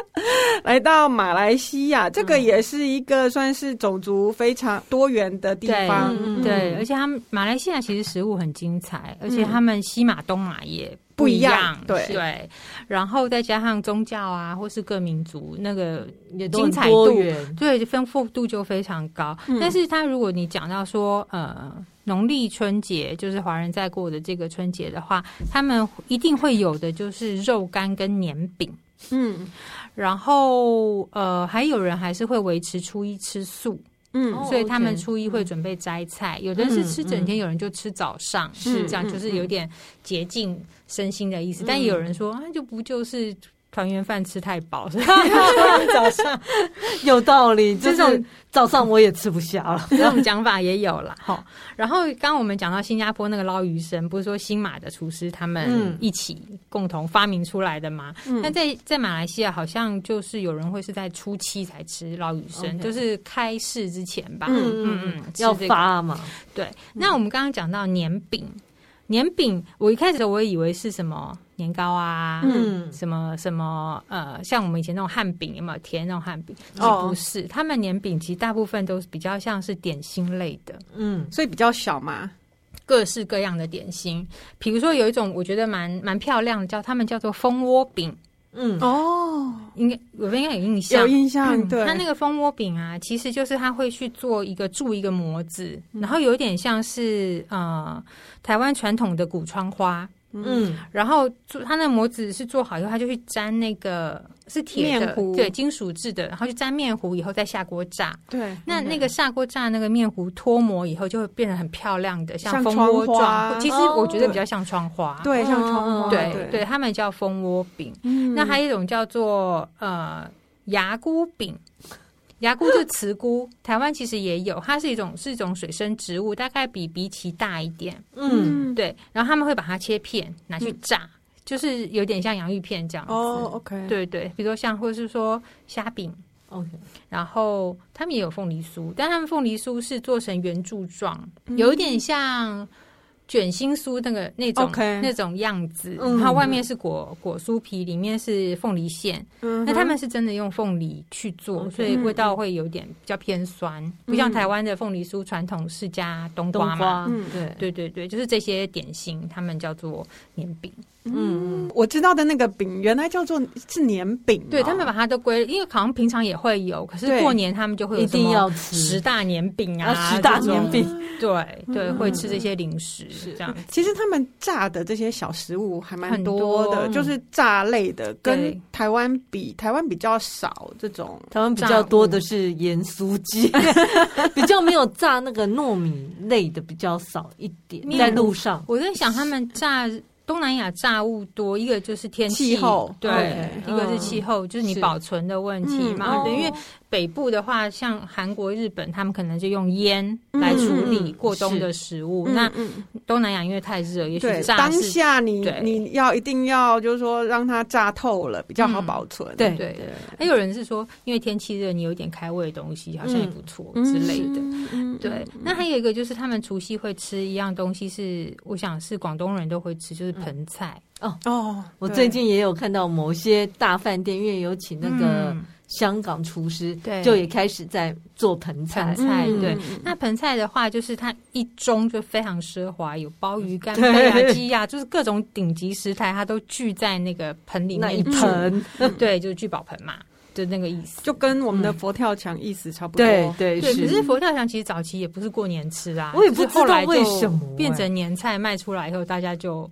A: (laughs) 来到马来西
C: 嗯
A: 亚，这个也是一个算是种族非常多元的地
C: 对
A: 方，
B: 嗯
C: 对，而且他们马来西亚其实食物很精彩，而且
A: 嗯
C: 他们西马东马也
A: 不一
C: 一
A: 样对
C: 对，然后再加上宗教啊，或是各民族那个
B: 也都
C: 精
B: 很
C: 彩
B: 多
C: 度，
B: 元
C: 对，丰富度就非常高。
A: 嗯
C: 但是它如果你讲到说，呃。农历春节就是华人在过的这个春节的话，他们一定会有的就是肉干跟年饼，
A: 嗯
C: 然后呃，还有人还是会维持初一吃素，
A: 嗯
B: 哦
C: 所以他们
B: OK，
C: 初一会准备摘菜，有的是吃整天，有人就吃早上，
A: 是
C: 这样
A: 嗯
C: 就是有点洁净身心的意思。
B: 嗯
C: 但也有人说，啊，就不就是团圆饭吃太饱，所以他们早上
B: 有道理，就
C: 这
B: 是
C: 种
B: 早上我也吃不下了。
C: (laughs) 这种讲法也有啦。哈。然后刚刚我们讲到新加坡那个捞鱼生，不是说新马的厨师他
B: 嗯
C: 们一起共同发明出来的吗？
A: 嗯
C: 那在在马来西亚，好像就是有人会是在初七才吃捞鱼生
B: OK
C: 就是开市之前吧。
A: 嗯
C: 嗯嗯，吃
B: 要
C: 这个
B: 发嘛，
C: 对，那我们刚刚讲到年饼，年饼，我一开始我也以为是什么年糕啊，
B: 嗯
C: 什么什么呃，像我们以前那种汉饼有没有甜那种汉饼？其实
A: 哦
C: 不是，他们年饼其实大部分都是比较像是点心类的，
B: 嗯，
A: 所以比较小嘛，
C: 各式各样的点心。比如说有一种我觉得蛮蛮漂亮的，叫他们叫做蜂窝饼，
B: 嗯，
A: 哦，
C: 应该我应该有印象
A: 有。印象，对，
C: 它嗯那个蜂窝饼啊，其实就是它会去做一个铸一个模子，
A: 嗯
C: 然后有一点像是呃台湾传统的古窗花，
B: 嗯，
C: 然后做它那模子是做好以后，它就去粘那个是铁
A: 面
C: 的
A: 糊，
C: 对，金属制的，然后去粘面糊以后再下锅炸。
A: 对，
C: 那那个下锅炸那个面糊脱模以后，就会变得很漂亮的，
A: 像
C: 蜂窝
A: 窗花
C: 状。其实我觉得比较像窗花，
A: 对像窗花，
B: 哦
C: 对
A: 对
C: 对，他们叫蜂窝饼。
A: 嗯
C: 那还有一种叫做呃牙菇饼。牙菇就是茨菇， (laughs) 台湾其实也有，它是一种是一种水生植物，大概比荸荠大一点。
B: 嗯，
C: 对，然后他们会把它切片拿去炸，就是有点像洋芋片这样子。
A: 嗯哦，OK，，
C: 对对，比如说像或是说虾饼，
B: ，OK，
C: 然后他们也有凤梨酥，但他们凤梨酥是做成圆柱状，有一点像卷心酥那个那种
A: OK
C: 那种样子，
B: 嗯
C: 然后外面是果果酥皮，里面是凤梨馅。
A: 嗯哼
C: 那他们是真的用凤梨去做，
B: OK
C: 所以味道会有点比较偏酸，不像台湾的凤梨酥传统是加嗯冬
B: 冬
C: 瓜嘛。
B: 瓜
A: 嗯，
B: 对，
C: 对对对，就是这些点心，他们叫做年饼。
B: 嗯，
A: 我知道的那个饼原来叫做是年饼哦，
C: 对他们把它都归，因为好像平常也会有，可是
A: 对
C: 过年他们就会有
B: 一定
C: 什么
B: 要吃
C: 十大年饼啊，
B: 啊，十大
C: 这种
B: 年饼，
C: (laughs) 对对，
A: 嗯
C: 会吃这些零食这样。
A: 其实他们炸的这些小食物还蛮
C: 很
A: 多的，
C: 多
A: 就是炸类的，跟
C: 对
A: 台湾比，台湾比较少这种。
B: 他们比较多的是盐酥
C: (laughs)
B: 鸡，比较没有炸那个糯米类的比较少一点，
C: 面
B: 在路上，
C: 我在想，他们炸东南亚炸物多，一个就是天
A: 气候
C: 对
A: OK，，
C: 一个是气候，就是你
B: 是
C: 保存的问题
A: 嗯
C: 嘛。
B: 哦
C: 对，因为北部的话，像韩国、日本，他们可能就用腌来处
A: 嗯
C: 理
A: 嗯
C: 过冬
B: 是
C: 的食物。
A: 嗯
C: 那
A: 嗯
C: 东南亚因为太热，也许
A: 对，
C: 炸
A: 当
C: 是
A: 下你
C: 对
A: 你要一定要就是说让它炸透了，比较好
C: 嗯
A: 保存。
B: 对
C: 对还哎有人是说，因为天气热，你有一点开胃的东西好像也不错之类的。
A: 嗯，
C: 对，那还有一个就是他们除夕会吃一样东西是，我想是广东人都会吃，就是
B: 嗯
C: 盆菜。
A: 哦，
B: 我
A: 对
B: 最近也有看到某些大饭店，因为有请那个
C: 嗯
B: 香港厨师，
C: 对
B: 就也开始在做盆菜
C: 盆。菜
A: 嗯
C: 对
A: 嗯嗯
C: 那盆菜的话，就是它一盅就非常奢华，有鲍鱼干、
B: 对
C: 贝啊、鸡啊，就是各种顶级食材，它都聚在那个盆里
B: 那一
C: 面煮。
B: 盆，
C: (laughs) 对，就是聚宝盆嘛，就那个意思。
A: 就跟我们的佛跳墙意思差不多。
B: 对对
C: 嗯对，可
B: 是
C: 是佛跳墙其实早期也不是过年吃啊，
B: 我也不
C: 就是后
B: 知道
C: 来就
B: 为什么欸
C: 变成年菜卖出来以后，大家就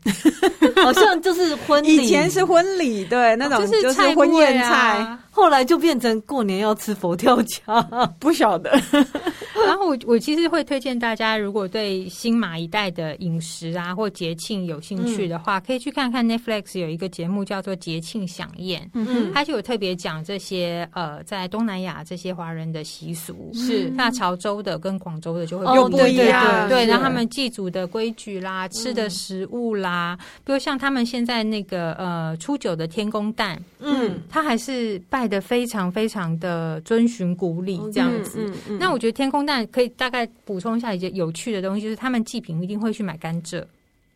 B: 好像就是婚礼，
A: 以前是，婚礼，对那种
C: 哦是
A: 是
C: 菜
A: 婚
C: 味
A: 宴菜，
C: 啊。
B: 后来就变成过年要吃佛跳墙。
A: 不晓得。
C: (laughs) 然后我我其实会推荐大家，如果对新马一代的饮食啊或节庆有兴趣
B: 嗯
C: 的话，可以去看看 Netflix 有一个节目叫做《节庆飨宴》，
B: 嗯，
C: 它就有特别讲这些呃在东南亚这些华人的习俗。
B: 是
C: 那潮州的跟广州的就会
B: 哦
A: 又不一样
C: 对，
B: 是嗯
C: 然后他们祭祖的规矩啦，吃的食物啦，比如像他们现在那个呃初九的天公诞，
B: 嗯，
C: 他还是拜的非常非常的遵循古礼
B: 哦
C: 这样子。
A: 嗯，嗯
C: 那我觉得天空蛋可以大概补充一下一些有趣的东西，就是他们祭品一定会去买甘蔗，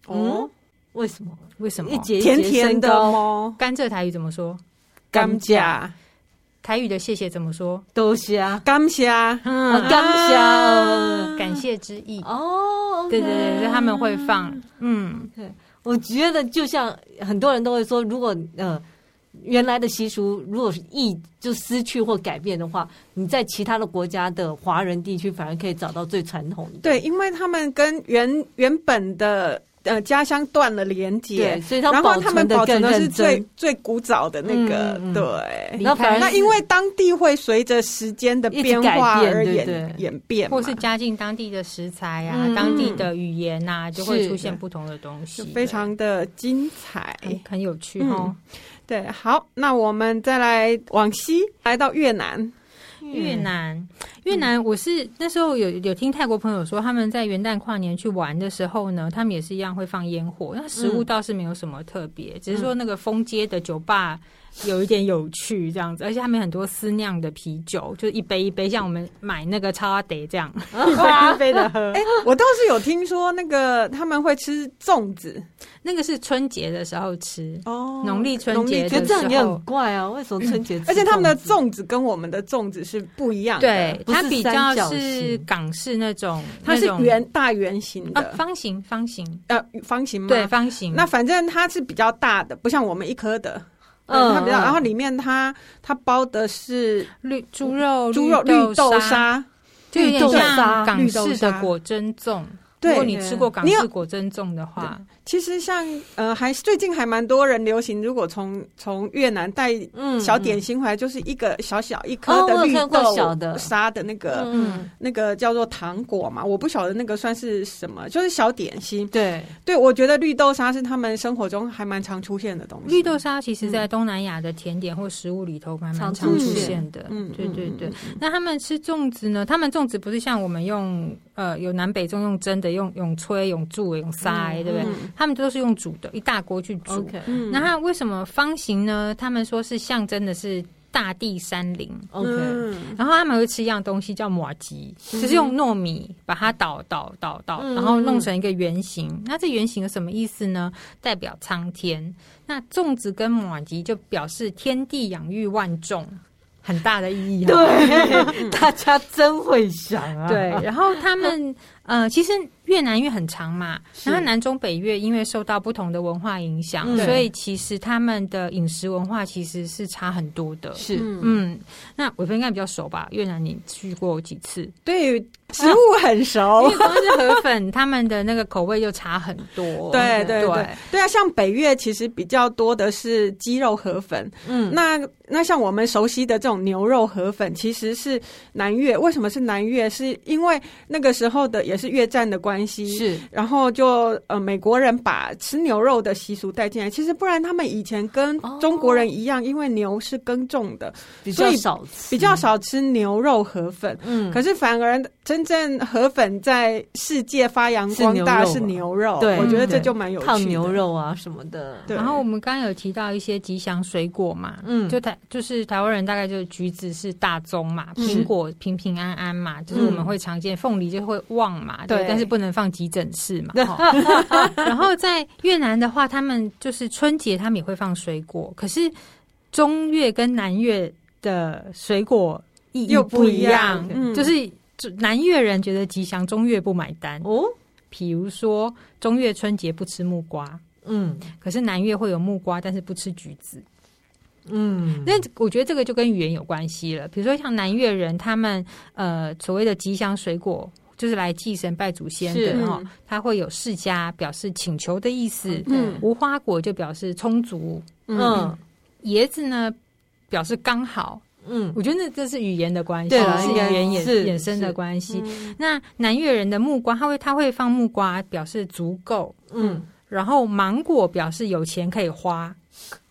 A: 哦，
B: 嗯为什么？
C: 为什么
B: 一？节
A: 甜
B: 一节
A: 甜
B: 升
A: 的哦
B: 高
A: 吗？
C: 甘蔗台语怎么说？
A: 甘蔗，
C: 台语的谢谢怎么说？
B: 都虾，
A: 甘蔗，
B: 啊
C: 嗯，
B: 甘
A: 啊
B: 虾
C: 感谢之意。
B: 哦，OK，
C: 对对对，所以他们会放，嗯，
B: 我觉得就像很多人都会说，如果呃原来的习俗如果是异就失去或改变的话，你在其他的国家的华人地区反而可以找到最传统的。
A: 对，因为他们跟原原本的呃家乡断了连接
B: 对，，所以他
A: 然后他们
B: 保
A: 保存
B: 存的
A: 的
B: 更
A: 是
B: 认
A: 最
B: 真。
A: 最古早的那个
B: 嗯嗯嗯，
A: 对。
B: 那反而
A: 那因为当地会随着时间的
B: 一直
A: 变化
B: 改变
A: 而
B: 对
A: 演
B: 对
A: 演变嘛，
C: 或是加进当地的食材啊，
B: 嗯
C: 当地的语言啊，就会
B: 是
C: 出现不同的东西
A: 就，非常哎的精彩。
C: 对很很有趣哦。
A: 对，好，那我们再来往西，来到越南。
C: 越
A: 嗯
C: 南，越南，我是那时候有有听泰国朋友说，他们在元旦跨年去玩的时候呢，他们也是一样会放烟火，那食
A: 嗯
C: 物倒是没有什么特别，只是说那个封街的酒吧有一点有趣这样子，而且他们很多私酿的啤酒，就是一杯一杯，像我们买那个超阿得这
A: 嗯
C: 样，一杯一杯的喝。
A: 哎、我倒是有听说那个他们会吃粽子
C: (laughs) 那个是春节的时候吃，
A: 哦
C: 农历春节
B: 觉得这样也
C: 有时候
B: 很怪啊！为什么春节吃粽子？
A: 而且他们的粽子跟我们的粽子是不一样的，
C: 对，
B: 不是
C: 它比
B: 三角
C: 较
B: 形
C: 是港式那种，
A: 它是
C: 那种
A: 圆大圆形
C: 啊
A: 的，
C: 方形方形，
A: 呃方形吗？
C: 对方形，
A: 那反正它是比较大的，不像我们一颗的，嗯，
B: 嗯
A: 它比较，
B: 嗯
A: 然后里面它它包的是
C: 绿猪肉
A: 猪肉、绿豆
C: 豆，
A: 沙，
C: 就有点像港
A: 绿豆
C: 式
A: 沙
C: 的果珍粽。
A: 对
C: 如果你吃过港
A: 你有
C: 式果珍粽的话，
A: 其实像呃，还最近还蛮多人流行，如果从从越南带
B: 嗯
A: 小点心回来，就是一个小小一颗
B: 哦
A: 的
B: 我有
A: 绿
B: 看过小
A: 豆
B: 的
A: 沙的那个、
B: 嗯，
A: 那个叫做糖果嘛，我不晓得那个算是什么，就是小点心。
B: 对，
A: 对，我觉得绿豆沙是他们生活中还蛮常出现的东西。
C: 绿豆沙其实在东南亚的甜点或食物里头蛮蛮
B: 常
C: 常出
A: 嗯出
C: 现的。
A: 嗯
C: 对对对
A: 嗯。
C: 那他们吃粽子呢？他们粽子不是像我们用呃有南北粽用蒸的，用用吹、用煮、用塞，对不对？
A: 嗯
C: 他们都是用煮的，一大锅去煮。
B: ？OK
A: 嗯
C: 那它为什么方形呢？他们说是象征的是大地山林。
B: OK，
A: 嗯
C: 然后他们会吃一样东西叫马吉，就是用糯米把它捣捣捣捣，
B: 嗯
C: 然后弄成一个圆形。那这圆形有什么意思呢？代表苍天。那粽子跟马吉就表示天地养育万众，很大的意义哦。
B: (laughs) 对，大家真会想啊！
C: (laughs) 对，然后他们呃，其实越南因为很长嘛，
B: 是
C: 然后南中北越因为受到不同的文化影响，
B: 嗯
C: 所以其实他们的饮食文化其实是差很多的。
B: 是
A: 嗯，
C: 嗯，那伟芬应该比较熟吧？越南你去过几次？
A: 对食物很熟
B: 哎
C: 因为。光是河粉，他们的那个口味就差很多。
A: (laughs) 对对
C: 对
A: 对对啊，像北越其实比较多的是鸡肉河粉，
B: 嗯，
A: 那那像我们熟悉的这种牛肉河粉，其实是南越。为什么是南越？是因为那个时候的也是越战的关系，
B: 是
A: 然后就呃，美国人把吃牛肉的习俗带进来。其实不然，他们以前跟
B: 哦
A: 中国人一样，因为牛是耕种的，
B: 比
A: 所
B: 较
A: 以
B: 少吃，
A: 比较少吃牛肉河粉。
B: 嗯，
A: 可是反而真正河粉在世界发扬光大
B: 是
A: 是
B: 牛
A: 牛肉，
B: 对
A: 我觉得
B: 嗯
A: 这就蛮有趣的。
B: 烫牛，肉啊什么的，
A: 对
C: 然后我们刚刚有提到一些吉祥水果嘛，
B: 嗯 (laughs)
C: 就台就是台湾人大概就是橘子是大宗嘛，
A: 嗯
C: 苹果平平安安嘛，就是我们会常见凤梨就会旺嘛，对，
A: 对
C: 但是不能放急诊室
A: (laughs)
C: 嘛。
B: 哦
C: 齁然后在越南的话，他们就是春节他们也会放水果，可是中越跟南越的水果意义
A: 又
C: 不
A: 不
C: 一
A: 一
C: 样
A: 样，嗯
C: 就是。就南越人觉得吉祥，中越不买单。
B: 哦，
C: 比如说，中越春节不吃木瓜，
B: 嗯
C: 可是南越会有木瓜，但是不吃橘子。
B: 嗯，
C: 那我觉得这个就跟语言有关系了。比如说像南越人，他们呃所谓的吉祥水果，就是来祭神拜祖先
B: 是
A: 嗯
C: 的哈，它会有释迦表示请求的意思，
A: 嗯
C: 无花果就表示充足，
A: 嗯，
C: 椰子呢表示刚好。
B: 嗯
C: 我觉得那这是语言的关系，
B: 对
A: 啦
C: 是
A: 应
C: 语
A: 该
C: 言衍
B: 是
C: 衍生的
B: 是
C: 关系。
A: 嗯
C: 那南越人的木瓜，他会他会放木瓜，表示足够。
B: 嗯
C: 然后芒果表示有钱可以花，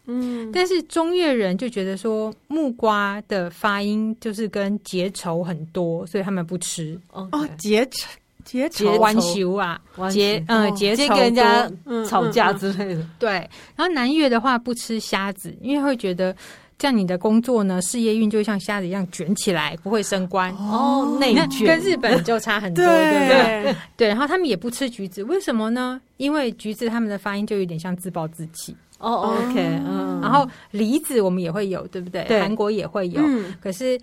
A: 嗯，
C: 但是中越人就觉得说木瓜的发音就是跟结仇很多，所以他们不吃。
A: 哦，结仇结
B: 结仇
A: 仇，
C: 玩球啊，
B: 哦
C: 结嗯结
B: 接
C: 仇
B: 跟人家
A: 嗯
B: 吵架之类的，
C: 对。然后南越的话不吃虾子，因为会觉得这样你的工作呢事业运就会像虾子一样卷起来，不会升官。
B: 哦，内
C: 你看，
B: 卷
C: 跟日本就差很多，对不对？
A: 对，
C: 对，然后他们也不吃橘子，为什么呢？因为橘子他们的发音就有点像自暴自弃。
B: 哦，OK，嗯，
C: 然后梨子我们也会有，对不对？
B: 对
C: 韩国也会有，
A: 嗯
C: 可是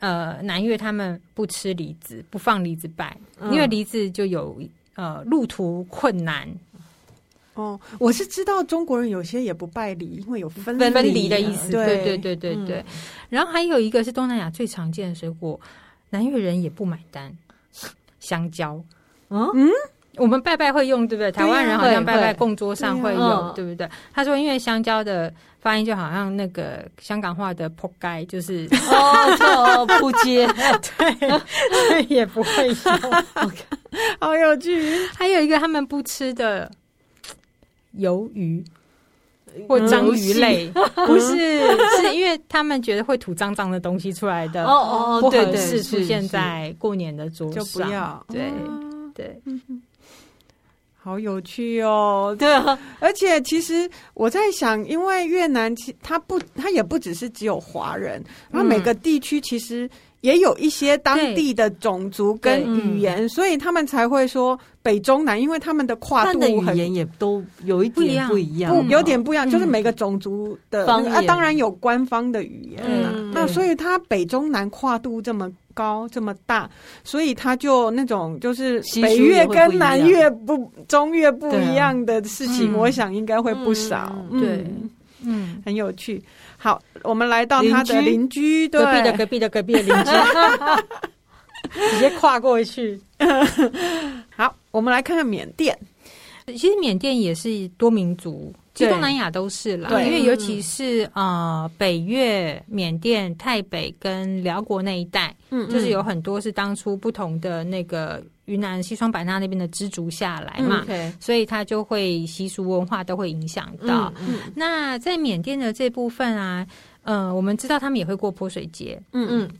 C: 呃，南越他们不吃梨子，不放梨子拜，
B: 嗯
C: 因为梨子就有呃路途困难，
A: 哦，我是知道中国人有些也不拜礼，因为有分
C: 分
A: 离
B: 啊
C: 离的意思。对
A: 对
C: 对对
B: 嗯
C: 对对。然后还有一个是东南亚最常见的水果，南越人也不买单，香蕉。
B: 嗯
A: 嗯，
C: 我们拜拜会用，对不对？
A: 对啊
C: 台湾人好像
B: 会
C: 拜拜
B: 会
C: 供桌上会
B: 对啊
C: 有
B: 嗯，
C: 对不对？他说，因为香蕉的发音就好像那个香港话的“扑街”，就是
B: 哦，叫扑街，
C: 对， (laughs) 也不会有。
A: (laughs) 好有趣，
C: 还有一个他们不吃的鱿鱼
A: 嗯
C: 或章鱼类， (laughs) 不是，是因为他们觉得会吐脏脏的东西出来的，
B: 哦哦，
C: 不
B: 对
C: 合
B: 对，
C: 适出
B: 是
C: 现
B: 是
C: 在过年的桌
A: 就
C: 上，
A: 不要
C: 对
A: 哦
C: 对，
A: 好有趣哦！ (laughs)
B: 对啊，
A: 而且其实我在想，因为越南其它不，它也不只是只有华人，
B: 嗯
A: 它每个地区其实也有一些当地的种族跟
B: 对
A: 语言，所以他们才会说北中南，因为他们的跨
B: 他
A: 度
B: 的语
A: 很
B: 言也都有一
C: 不一
B: 点
C: 样
B: 不一样
A: 不
B: 哦，
A: 有点不一样，
C: 嗯
A: 就是每个种族的
B: 方
A: 那个啊，
B: 言
A: 当然有官方的语言啦。
B: 嗯
A: 那
B: 对
A: 所以它北中南跨度这么高这么大，所以它就那种就是
B: 习俗
A: 北
B: 也
A: 越
B: 会不
A: 跟
B: 一
A: 南
B: 样
A: 越不中越不
B: 对啊
A: 一样的事情，
C: 嗯
A: 我想应该会不少。
B: 嗯
A: 嗯
C: 对嗯，
A: 很有趣。好，我们来到他的
B: 邻
A: 邻居，对
C: 隔壁的隔壁的隔壁的邻居。直接跨过去。
A: 好，我们来看看缅甸。
C: 其实缅甸也是多民族，其实
A: 对
C: 东南亚都是啦，
A: 对
C: 因为尤其是呃北越、缅甸、泰北跟辽国那一带，
A: 嗯
C: 就是有很多是当初不同的那个云南西双版纳那边的支族下来嘛，
A: 嗯
B: OK，
C: 所以它就会习俗文化都会影响到。
A: 嗯
C: 那在缅甸的这部分啊，呃，我们知道他们也会过泼水节，
A: 嗯嗯
B: 嗯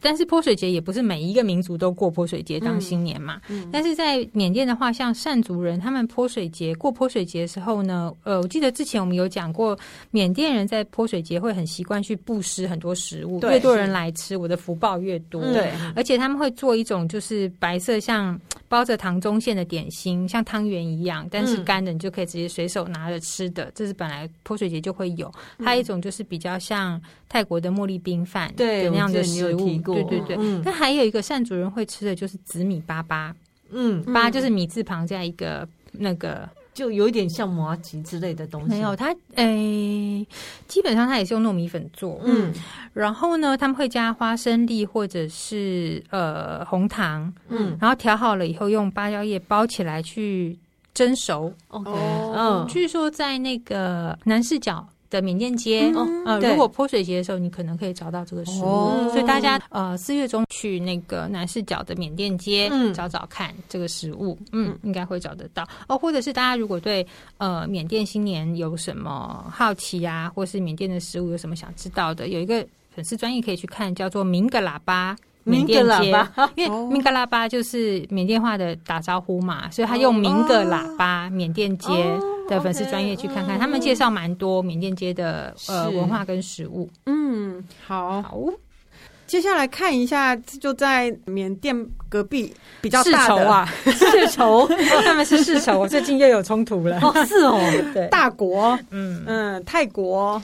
C: 但是泼水节也不是每一个民族都过泼水节当新年嘛。
A: 嗯
C: 但是在缅甸的话，像善族人，他们泼水节过泼水节的时候呢，呃，我记得之前我们有讲过，缅甸人在泼水节会很习惯去布施很多食物，
A: 对
C: 越多人来吃，我的福报越多。
B: 嗯
A: 对
C: 而且他们会做一种就是白色像包着糖中馅的点心，像汤圆一样，但是
B: 嗯
C: 干的你就可以直接随手拿着吃的，这是本来泼水节就会有。
B: 嗯
C: 还有一种就是比较像泰国的茉莉冰饭，
B: 对，
C: 那
B: 我
C: 样
B: 记得
C: 的
B: 你
C: 食
B: 有
C: 物，
B: 提过，
C: 对对对。
B: 嗯
C: 那还有一个善主人会吃的就是紫米粑粑，
B: 嗯，
C: 粑就是米字旁加一个那个
B: 就有点像麻吉之类的东西，
C: 没有，它诶、基本上它也是用糯米粉做，
B: 嗯
C: 然后呢，他们会加花生粒或者是呃红糖，
B: 嗯
C: 然后调好了以后用芭蕉叶包起来去蒸熟。
B: ，OK，
A: 哦
B: 嗯，
C: 据说在那个南势角的缅甸街，
A: 嗯
C: 呃，
B: 对
C: 如果泼水节的时候，你可能可以找到这个书。
A: 哦
C: 所以大家呃四月中去那个南市角的缅甸街、
B: 嗯
C: 找找看这个食物，嗯，应该会找得到哦。或者是大家如果对呃缅甸新年有什么好奇啊，或是缅甸的食物有什么想知道的，有一个粉丝专业可以去看，叫做明格喇叭。缅甸
B: 明格
C: 街
B: 喇，
C: 因
A: 哦
C: 为明格喇叭就是缅甸话的打招呼嘛，所以他用
B: 哦
C: 明格喇叭缅甸街的粉丝专业去看看，他们介绍蛮多缅甸街的呃
B: 是
C: 文化跟食物。
A: 嗯，好，
C: 好，
A: 接下来看一下，就在缅甸隔壁比较
C: 世
A: 大
C: 仇
A: 的、 (laughs)
C: 啊，
B: 世仇
C: 他们是世仇，最近又有冲突了。
B: 哦，是哦，
C: 对，
A: 大国，
C: 嗯，
A: 嗯，泰国，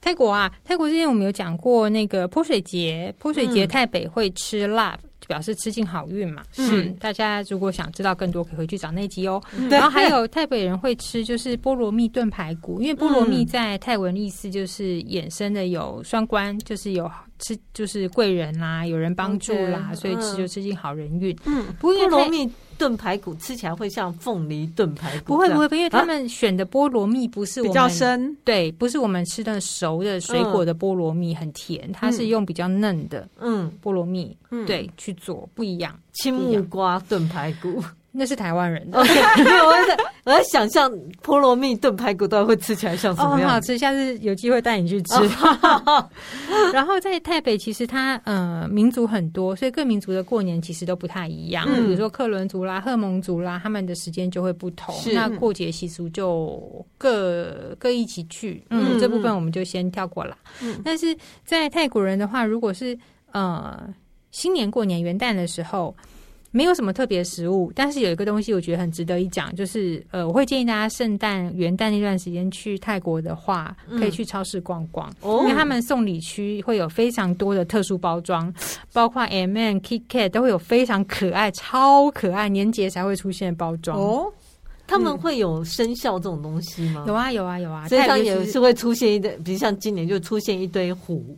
C: 泰国啊，泰国之前我们有讲过那个泼水节，泼水节
B: 嗯
C: 泰北会吃辣。就表示吃尽好运嘛，
A: 是
C: 嗯大家如果想知道更多，可以回去找那集哦。
A: 嗯
C: 然后还有泰北人会吃就是菠萝蜜炖排骨，因为菠萝蜜在泰文意思就是衍生的有双关，就是有吃就是贵人啦，有人帮助啦
B: OK，
C: 所以
B: 嗯
C: 吃就吃尽好人运。
A: 嗯，
C: 不过因
B: 菠
C: 为
B: 萝
C: 泰
B: 蜜炖排骨吃起来会像凤梨炖排骨，
C: 不会不
B: 会，
C: 会，因为他们选的菠萝蜜不是我
A: 比
C: 们
A: 较深，
C: 对，不是我们吃的熟的水果的菠萝蜜很甜，它是用比较嫩的
B: 嗯，
C: 菠萝蜜、
A: 嗯，
C: 对去做，不一样。
B: 青木瓜炖排骨。
C: 那是台湾人的
B: OK，因为我在我在想象菠萝蜜炖排骨到底会吃起来像什
C: 哦，
B: 么
C: 很好
B: 样子？
C: 吃，下次有机会带你去吃。 (laughs) 然后在台北，其实它呃民族很多，所以各民族的过年其实都不太一样。
A: 嗯
C: 比如说克伦族啦、赫蒙族啦，他们的时间就会不同，
B: 是
C: 那过节习俗就各各一起去。嗯，
A: 嗯
C: 这部分我们就先跳过啦。
A: 嗯
C: 但是在泰国人的话，如果是呃新年过年元旦的时候。没有什么特别食物，但是有一个东西我觉得很值得一讲，就是呃，我会建议大家圣诞、元旦那段时间去泰国的话，可以去超市逛逛，
B: 哦
C: 因为他们送礼区会有非常多的特殊包装，包括 M、M、KitKat 都会有非常可爱、超可爱年节才会出现的包装。
A: 哦，
B: 他们会有生肖这种东西吗？
C: 有啊有啊有啊，
B: 身上
C: 泰国
B: 也
C: 其实
B: 是会出现一堆，比如像今年就出现一堆虎。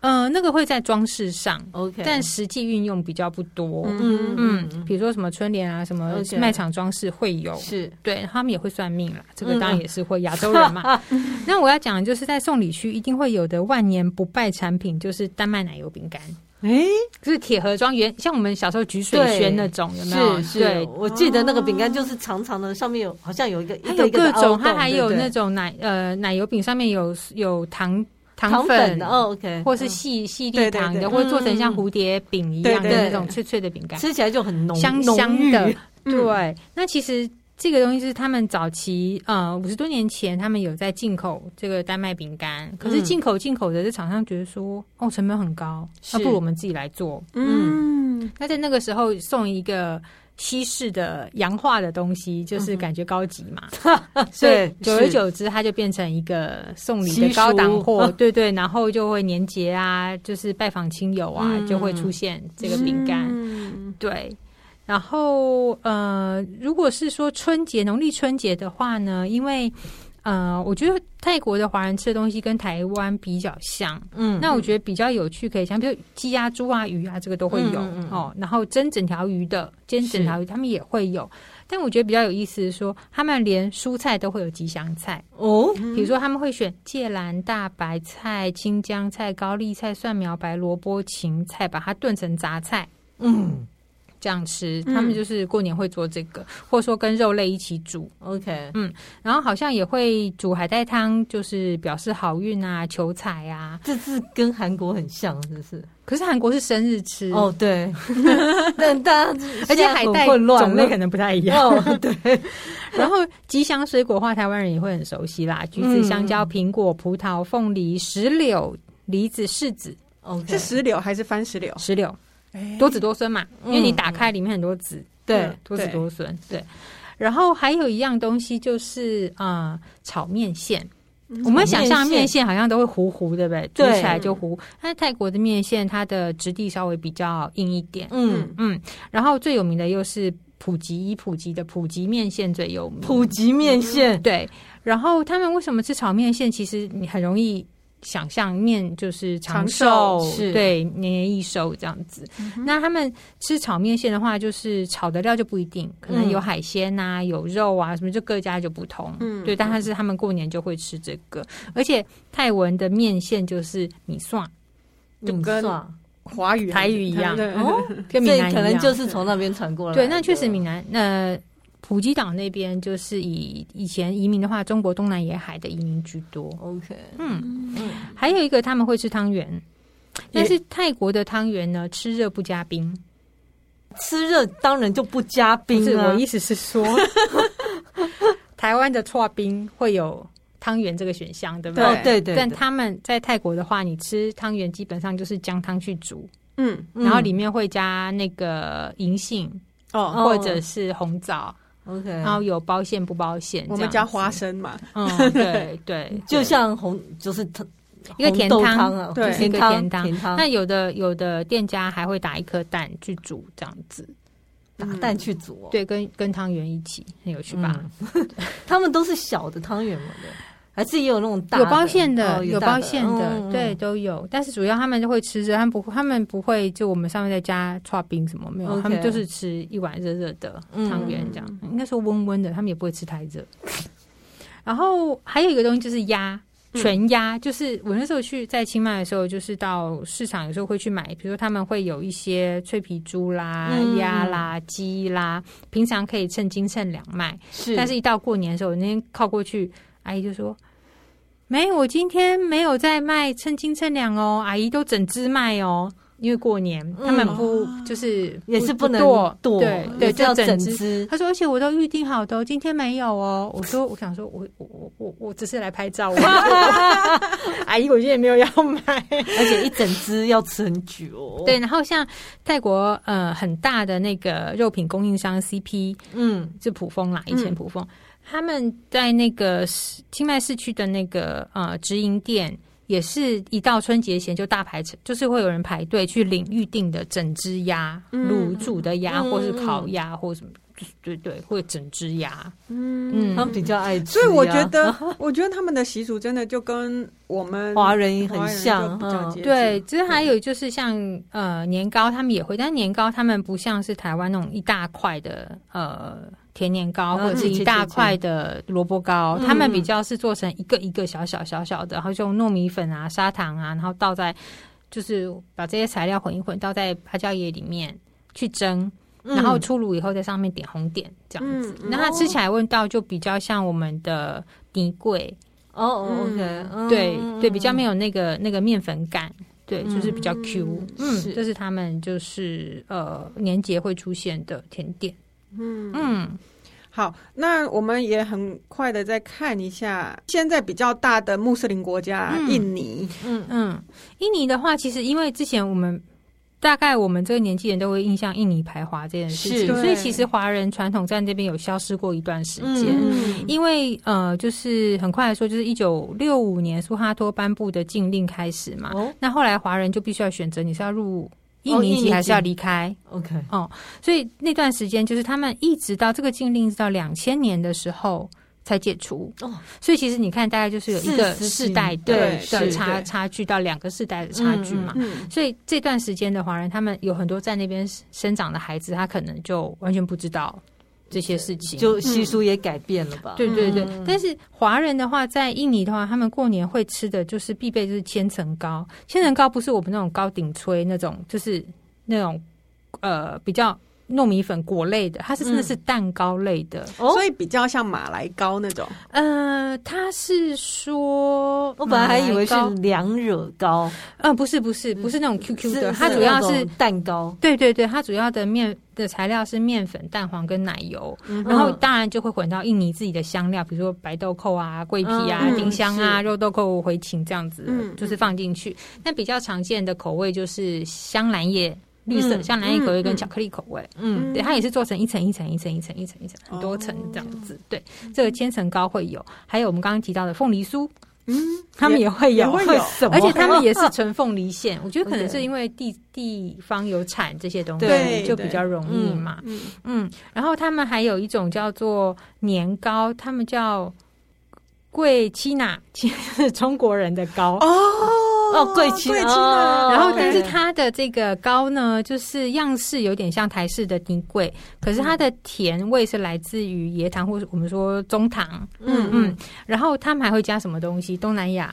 C: 呃，那个会在装饰上，
B: OK，
C: 但实际运用比较不多。嗯
A: 嗯
C: 比如说什么春联啊，什么
B: OK
C: 卖场装饰会有，
B: 嗯是
C: 对他们也会算命啦，这个
B: 嗯
C: 当然也是会亚洲
B: (laughs)
C: 人嘛。那我要讲的就是在送礼区一定会有的万年不败产品，就是丹麦奶油饼干，
A: 哎，
C: 就是铁盒装圆，像我们小时候菊水轩那种，有没有？
B: 是
C: 对哦
B: 是，，我记得那个饼干就是长长的，上面有好像有一个
C: 它
B: 一个
C: 有
B: 一个
C: 各
B: 的凹
C: 种，
B: 洞
C: 它还有
B: 对不
C: 那
B: 对
C: 种奶呃奶油饼上面有有糖
B: 糖
C: 粉
B: 粉。哦，OK，
C: 或是细细粒
A: 对对
C: 糖
A: 对
C: 的，或者做成像
B: 嗯
C: 蝴蝶饼一样的
A: 对对
C: 那种
B: 对
C: 脆脆的饼干，
B: 吃起来就很浓
C: 香
B: 浓
C: 香
B: 郁
C: 的，
A: 嗯
C: 对，那其实这个东西是他们早期呃五十多年前，他们有在进口这个丹麦饼干，可是
B: 嗯
C: 进口进口的这厂商觉得说，哦，成本很高，
B: 是
C: 那不如我们自己来做。
A: 嗯，
C: 那在那个时候送一个。西式的洋化的东西，就是感觉高级嘛，
B: (laughs)
C: 所以
B: 嗯对
C: 久而
B: 是
C: 久之，它就变成一个送礼
B: 习
C: 的
B: 俗
C: 高档货，对对，然后就会年节啊，就是拜访亲友啊，
B: 嗯
C: 就会出现这个饼干。
A: 嗯
C: 对，然后呃，如果是说春节农历春节的话呢，因为呃，我觉得泰国的华人吃的东西跟台湾比较像。
B: 嗯，
C: 那我觉得比较有趣，可以像比如鸡啊、猪啊、鱼啊，这个都会有、
B: 嗯嗯嗯
C: 哦。然后蒸整条鱼的、煎整条鱼，他们也会有。但我觉得比较有意思是说，他们连蔬菜都会有吉祥菜，
B: 哦，
C: 比如说他们会选芥蓝、大白菜、青江菜、高丽菜、蒜苗、白萝卜、芹菜，把它炖成杂菜。
B: 嗯
C: 这样吃，
A: 嗯
C: 他们就是过年会做这个，或者说跟肉类一起煮，
B: ，OK，
C: 然后好像也会煮海带汤，就是表示好运啊、求财啊。
B: 这次跟韩国很像，是不是？
C: 可是韩国是生日吃，
B: 哦，
C: (laughs)
B: 对，但大家
C: 而
B: 现
C: 且
B: 在
C: 海
B: 很
C: 带
B: 混乱 (laughs)
C: 种类可
B: 了
C: 能不太一样。
B: 哦，对，
C: 然后吉祥水果的话，台湾人也会很熟悉啦，橘子、
B: 嗯
C: 香蕉、苹果、葡萄、凤梨、石榴、梨子、柿子、哦
A: 是
B: OK，
A: 石榴还是番石榴？
C: 石榴，
A: 哎
C: 多子多孙嘛，因为你
B: 嗯
C: 打开里面很多籽，
B: 对
C: 多子多孙，对。然后还有一样东西就是啊、呃炒面线。我们想象面线好像都会糊糊的呗，
B: 嗯
C: 煮
B: 对
C: 起来就糊。但是泰国的面线，它的质地稍微比较硬一点。
B: 嗯，
C: 嗯，然后最有名的又是普吉，以普吉的普吉面线最有名。
B: (laughs) 普及面线，
C: 对，然后他们为什么吃炒面线？其实你很容易想象面就是长
A: 长寿
B: 是嗯
C: 对年年益寿这样子。那他们吃炒面线的话，就是炒的料就不一定，可能
B: 嗯
C: 有海鲜呐、有肉啊，什么就各家就不同。
A: 嗯
C: 对，但它是他们过年就会吃这个，而且泰文的面线就是米蒜，
A: 就跟
B: 啊
C: (laughs)
A: 华语
C: 台语一样
A: 对
B: 哦，
C: 跟
B: 所
C: 闽
B: 以
C: 南一
B: 可能
C: 样
B: 就是从那边传过来的。
C: 对，那确实闽南呃。普吉岛那边就是以以前移民的话，中国东南沿海的移民居多。
B: OK，
C: 嗯，
B: 嗯
C: 还有一个他们会吃汤圆，
A: 也
C: 但是泰国的汤圆呢，吃热不加冰。
B: 吃热当然就不加
C: 不是，
B: 冰
C: 我
B: 啊。
C: 意思是说， (laughs) 台湾的搓冰会有汤圆这个选项，对不
B: 哦对
C: 对？，
B: 对，
C: 但
B: 对
C: 他们在泰国的话，你吃汤圆基本上就是姜汤去煮，
A: 嗯
B: 嗯
C: 然后里面会加那个银杏
A: 哦，
B: 哦
C: 或者是红枣，
B: 嗯 OK，
C: 然后有包馅不包馅，
A: 我
C: 这
A: 们
C: 样
A: 加
C: 子
A: 花，生嘛，
B: (laughs)
C: 嗯，对对，
B: 就像红就是它
C: 一个
B: 红
C: 甜
B: 豆
C: 汤
B: 汤啊，
A: 对
B: 就是
A: 一
C: 个
B: 汤
C: 甜汤
B: 甜汤
C: 那有的有的店家还会打一颗蛋去煮，这样子，
B: 打蛋去煮哦，
C: 对，跟跟汤圆一起，很有趣吧？
B: 嗯？ (laughs) 他们都是小的汤圆嘛，对，还是也有那种大
C: 有包馅的，
B: 哦
C: 有
B: 大
C: 包馅的，
B: 嗯
C: 对，都有。但是主要他们就会吃热，他们不，他们不会就我们上面再加刨冰什么没有
B: OK
C: 他们就是吃一碗热热的
B: 嗯
C: 汤圆这样，应该说温温的，他们也不会吃太热。然后还有一个东西就是鸭。
B: 嗯
C: 全鸭就是我那时候去在清迈的时候，就是到市场有时候会去买，比如说他们会有一些脆皮猪啦、
B: 嗯
C: 鸭啦、鸡啦，平常可以称斤称两卖，
B: 是，
C: 但是一到过年的时候，我那天靠过去，阿姨就说：“没，我今天没有在卖称斤称两哦，阿姨都整只卖哦，因为过年
B: 嗯
C: 他们不、就是
B: 也是
C: 不
B: 能
C: 剁，
B: 剁，
C: 对对，
B: 也是要
C: 就整只。
B: 只。
C: 他说：“而且我都预定好的哦，今天没有哦。”我说：“我想说我，我我我我只是来拍照，我
B: (laughs)
C: (laughs) 阿姨，我今天没有要买。”
B: 而且一整只要吃很久。哦
C: 对，，然后像泰国呃很大的那个肉品供应商 CP，
B: 嗯，
C: 是普丰啦，以前
A: 嗯
C: 普丰，他们在那个市清迈市区的那个呃直营店，也是一到春节前就大排成，就是会有人排队去领预定的整只鸭、
A: 嗯
C: 卤煮的鸭，
B: 嗯
C: 或是烤鸭，或什么，就是对对，或者整只鸭，
A: 嗯
C: 嗯
B: 他们比较爱吃啊
A: 所
B: 呀，
A: 以我觉得， (laughs) 我觉得他们的习俗真的就跟我们
B: 华人
A: 华
B: 很
A: 人就
B: 像
A: 比较
B: 嗯
A: 接近
C: 对，其实还有就是像呃年糕，他们也会，但是年糕他们不像是台湾那种一大块的呃甜年糕，
B: 嗯
C: 或者是一大块的萝卜糕，
B: 嗯
C: 他们比较是做成一个一个小小小小的，然后就用糯米粉啊、砂糖啊，然后倒在就是把这些材料混一混，倒在芭蕉叶里面去蒸，
B: 嗯
C: 然后出炉以后在上面点红点这样子
A: 嗯，嗯
C: 那它吃起来味道就比较像我们的泥桂。
B: 哦哦，OK，
A: 嗯
B: 嗯
C: 对
B: 嗯
C: 对，比较没有那个那个面粉感，对，就是比较
A: 嗯
C: Q，嗯，
B: 是
C: 这是他们就是呃年节会出现的甜点，
A: 嗯
C: 嗯，
A: 好，那我们也很快的再看一下现在比较大的穆斯林国家、
C: 嗯
A: 印尼，
B: 嗯
C: 嗯，印尼的话，其实因为之前我们大概我们这个年纪人都会印象印尼排华这件事
B: 是
C: 情，所
A: 对
C: 以其实华人传统在那边有消失过一段时间。
B: 嗯
C: 因为呃，就是很快来说，就是一九六五年苏哈托颁布的禁令开始嘛，
B: 哦
C: 那后来华人就必须要选择你是要入印
B: 哦印
C: 尼
B: 尼
C: 籍还是
B: 籍
C: 要离开，
B: ，OK，
C: 所以那段时间就是他们一直到这个禁令，一直到两千年的时候才解除。
B: 哦，
C: 所以其实你看，大概就是有一个
B: 四十几
C: 世代
A: 对
C: 的
A: 是
C: 的差
A: 对
C: 差距到两个世代的差距嘛。
A: 嗯
C: 所以这段时间的华人，他们有很多在那边生长的孩子，他可能就完全不知道这些事情。
B: 就习俗也改变了吧？
C: 对对对，
B: 嗯
C: 但是华人的话，在印尼的话，他们过年会吃的就是必备就是千层糕。千层糕不是我们那种糕顶炊那种，就是那种呃比较糯米粉果类的，它是真的是蛋糕类的。
B: 哦
A: 所以比较像马来糕那种，
C: 呃，它是说，
B: 我本来还以为是
C: 马来糕
B: 凉惹糕，
C: 呃，不是不是不是那种 QQ 的，
B: 是
C: 它主要
B: 那
C: 是
B: 种蛋糕，
C: 对对对，它主要的面的材料是面粉、蛋黄跟奶油，
A: 嗯
C: 然后
B: 嗯
C: 当然就会混到印尼自己的香料，比如说白豆蔻啊、桂皮啊、
A: 嗯
C: 丁香啊、
B: 是
C: 肉豆蔻、回芹这样子，
A: 嗯
C: 就是放进去。那比较常见的口味就是香兰叶。绿色
B: 嗯
C: 香兰叶口
A: 嗯
C: 味跟
A: 嗯
C: 巧克力口味，
B: 嗯
C: 对，它也是做成一层一层一层一层一层一层很多层这样
A: 哦
C: 子。对，这个千层糕会有，还有我们刚刚提到的凤梨酥，
A: 嗯，
C: 他们
A: 也
C: 也会
A: 也
C: 有， (laughs)
A: 会有，
B: (laughs)
A: 哦
B: 什么
C: 而且他们也是纯凤梨馅，我觉得可能
B: OK
C: 是因为地地方有产这些东
B: 对
C: 西，就比较容易嘛。
A: 嗯
C: 嗯，然后他们还有一种叫做年糕，他们叫桂七娜， (laughs) 其实是中国人的糕。
A: 哦
B: 哦桂枝
A: 桂枝
B: 哦
A: 呢，
C: 然后，
B: OK
C: 但是它的这个糕呢，就是样式有点像台式的泥桂，可是它的甜味是来自于椰糖，或者我们说中糖。
A: 嗯
C: 嗯，然后他们还会加什么东西？东南亚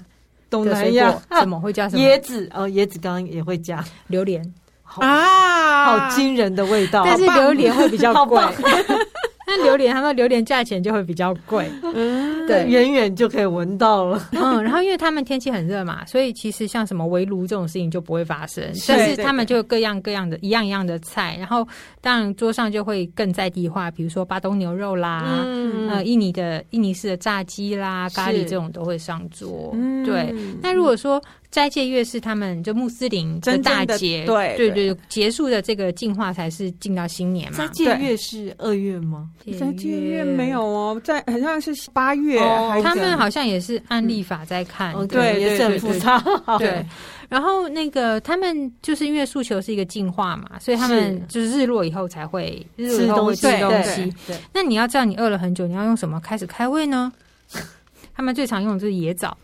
A: 东
C: 的
A: 南
C: 水
A: 亚
C: 果怎么会
A: (laughs)
C: 加什么？
B: 椰子哦，椰子刚刚也会加，
C: 榴莲，
B: 好
A: 啊，
B: 好惊人的味道，
C: 但是
A: 棒
C: 榴莲会比
B: (laughs)
C: 较
B: 好
C: 贵
B: 棒。
C: 那榴莲，他们榴莲价钱就会比较贵。
A: 嗯，
C: 对，
B: 远远就可以闻
A: (laughs)
B: 到了。
C: 嗯，然后因为他们天气很热嘛，所以其实像什么围炉这种事情就不会发生，
A: 是
C: 但是他们
A: 对
C: 就有各样各样的一样一样的菜，然后当然桌上就会更在地化，比如说巴东牛肉啦，
B: 嗯
C: 呃，印尼的印尼式的炸鸡啦、
B: 是
C: 咖喱这种都会上桌。
A: 嗯
C: 对，那如果说斋戒月是他们就穆斯林的
A: 真正
C: 大
A: 的
C: 节，
A: 对
C: 对
A: 对
C: 对，结束的这个进化才是进到新年
B: 斋
C: 嘛。
B: 戒月是二月吗？
A: 在这月没有哦，在好像是八月，
B: 哦
A: 还是
C: 他们好像也是按立法在看，
B: 哦，
A: 对对
B: 也是很
A: 对
B: 复杂。
C: 对，哦 (laughs) 然后那个他们就是因为诉求是一个进化嘛，所以他
B: 是
C: 们就是日落以后才会日落
B: 吃
C: 以后
B: 东
C: 会
B: 西，
C: 吃东
B: 对
C: 西。
B: 对，
C: 那你要知道你饿了很久，你要用什么开始开胃呢？ (laughs) 他们最常用的就是野枣，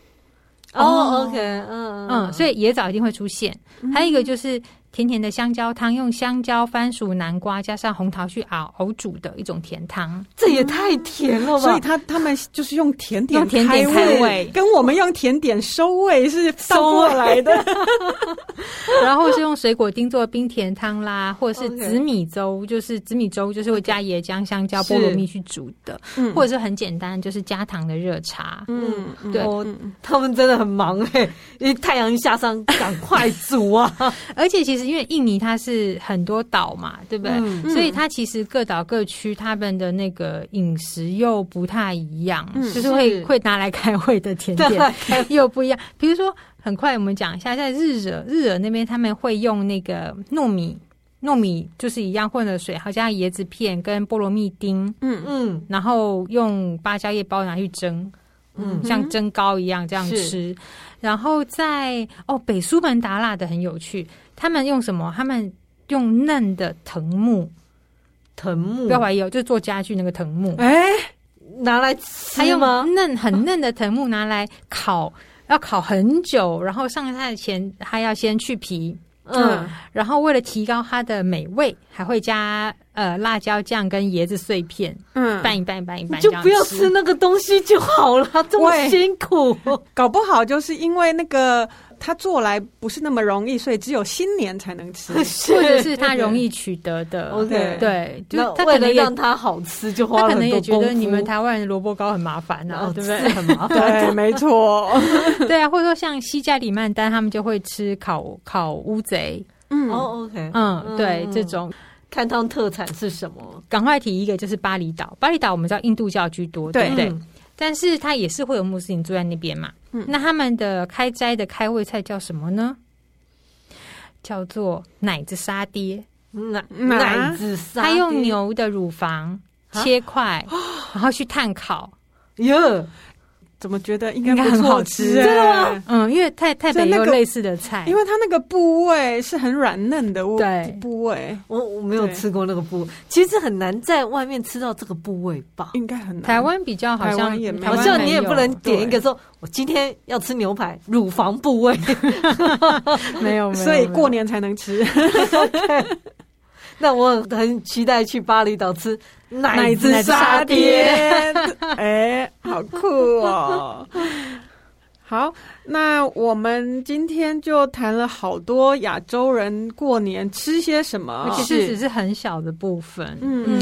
B: 哦，OK，嗯
C: 嗯，所
B: 以
C: 以野枣一定会出现。还有一个就是甜甜的香蕉汤，用香蕉、番薯、南瓜加上红桃去熬熬煮的一种甜汤。
B: 这也太甜了吧！
A: 所以他他们就是用甜点
C: 用甜点
A: 开
C: 开胃
A: 跟我们用甜点收胃是倒过来的。
C: 然后是用水果丁做冰甜汤啦，或者是
B: OK
C: 紫米粥，就是紫米粥就是会加椰浆、香蕉、
A: 是
C: 菠萝蜜去煮的，
A: 嗯
C: 或者是很简单，就是加糖的热茶。
A: (laughs) 嗯，嗯
B: 对
A: 嗯嗯
B: 哦他们真的很忙哎、因为太阳一下山，赶快煮啊！
C: 而且其实因为印尼它是很多岛嘛，对不对？
B: 嗯
C: 所以它其实各岛各区他们的那个饮食又不太一样，
A: 嗯
C: 就是会
B: 是
C: 会拿来开会的 (laughs)
B: (laughs)
C: 甜
B: 对，
C: 点又不一样。比如说，很快我们讲一下，在日惹日惹那边他们会用那个糯米，糯米就是一样混了水，好像椰子片跟菠萝蜜丁，
A: 嗯
B: 嗯
C: 然后用芭蕉叶包拿去蒸，
B: 嗯
C: 像蒸糕一样这样
B: 是
C: 吃。然后在哦北苏门答腊的很有趣，他们用什么？他们用嫩的藤木，
B: 藤木
C: 不要怀疑哦，就是做家具那个藤木，
A: 哎，
B: 拿来吃
C: 他用
B: 吗？
C: 嫩很嫩的藤木拿来烤，要烤很久，然后上菜前他要先去皮，
B: 嗯，
C: 然后为了提高它的美味，还会加呃辣椒酱跟椰子碎片
A: 嗯，
C: 拌一拌一拌一
B: 你
C: 拌，
B: 就
C: 这样
B: 不要吃那个东西就好了，这么
A: 喂
B: 辛
C: (laughs)
B: 苦。
A: 搞不好就是因为那个它做来不是那么容易，所以只有新年才能 (laughs) 吃。
C: 或者是它容易取得
B: (laughs)
C: 的。
B: OK，
C: 对，就
B: 哦那
C: 他
B: 为
C: 可
B: 了
C: 能也
B: 让它好吃，就花
C: 他
B: 了
C: 可
B: 很
C: 能
B: 多
C: 也觉
B: 功夫。
C: 得你们台湾人萝卜糕很麻烦啊，
B: 哦
C: 对不
B: 是
C: 对？
B: 很麻烦。
A: (laughs) 对，没错。
C: (laughs) 对啊，或者说像西加里曼丹，他们就会吃烤烤乌贼，
A: 嗯，
B: 哦，OK，
C: 嗯，对，这种
B: 看他们特产是什么？
C: 赶快提一个就是巴厘岛，巴厘岛我们知道印度教居多，
A: 对
C: 对不对？
B: 嗯
C: 但是它也是会有穆斯林住在那边嘛。
A: 嗯
C: 那他们的开斋的开胃菜叫什么呢？叫做奶子沙爹，
B: 奶
A: 哪
B: 奶子沙爹，
C: 它用牛的乳房
B: 啊
C: 切
A: (gasps)
C: 块，然后去炭烤。
B: 哟，
A: 怎么觉得应该
C: 应该
A: 不
C: 很
A: 错
C: 好
A: 吃？
C: 吃
A: 哎
C: 真的嗯，因为太太
A: 在
C: 北
A: 那
C: 也有
A: 个
C: 类似的菜，
A: 因为它那个部位是很软嫩的部
C: 对
A: 部位，
B: 我我没有
A: 对
B: 吃过那个部，其实很难在外面吃到这个部位吧？
A: 应该很难。
C: 台湾比较好
A: 台
C: 像
A: 湾也没
B: 好
A: 有
B: 像你也不能
A: 对
B: 点一个说，我今天要吃牛排，乳房部位。
C: 没
B: (laughs)
C: 有，没有
A: 所以过。
C: 没有
A: 年才能吃
B: 那我很期待去巴厘岛吃奶
A: 子
B: 子沙
A: 爹
B: 爹。，
A: (laughs) 哎，好酷 (laughs) 哦！好，那我们今天就谈了好多亚洲人过年吃些什么
C: 而
A: 哦。
C: 且
B: 是
C: 这只是很小的部分，
A: 嗯
C: 嗯，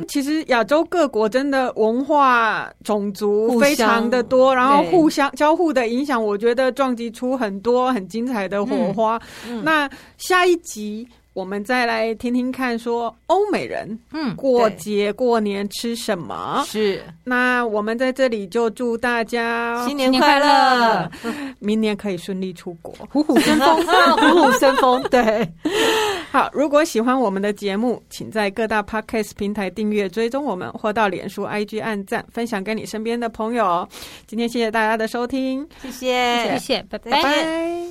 B: 嗯，
A: 其实亚洲各国真的文化、种族
B: 互
A: 非常的多，然后
B: 对
A: 互相交互的影响，我觉得撞击出很多很精彩的火花。
B: 嗯
A: 那下一集我们再来听听看，说欧美人
C: 嗯，
A: 过
B: 对
A: 节过年吃什么？
B: 是
A: 那我们在这里就祝大家
B: 新年
C: 新年
B: 快
C: 快
B: 乐
C: 乐，
A: 明年可以顺利出国。
C: 虎虎生风。
B: (laughs) 虎虎生风。对，
A: 好，如果喜欢我们的节目，请在各大 podcast 平台订阅、追踪我们，或到脸书、IG 按赞，分享给你身边的朋友哦。今天谢谢大家的收听，
B: 谢谢
C: 谢谢，拜
B: 再
A: 拜
C: 拜
B: 见。
A: 拜。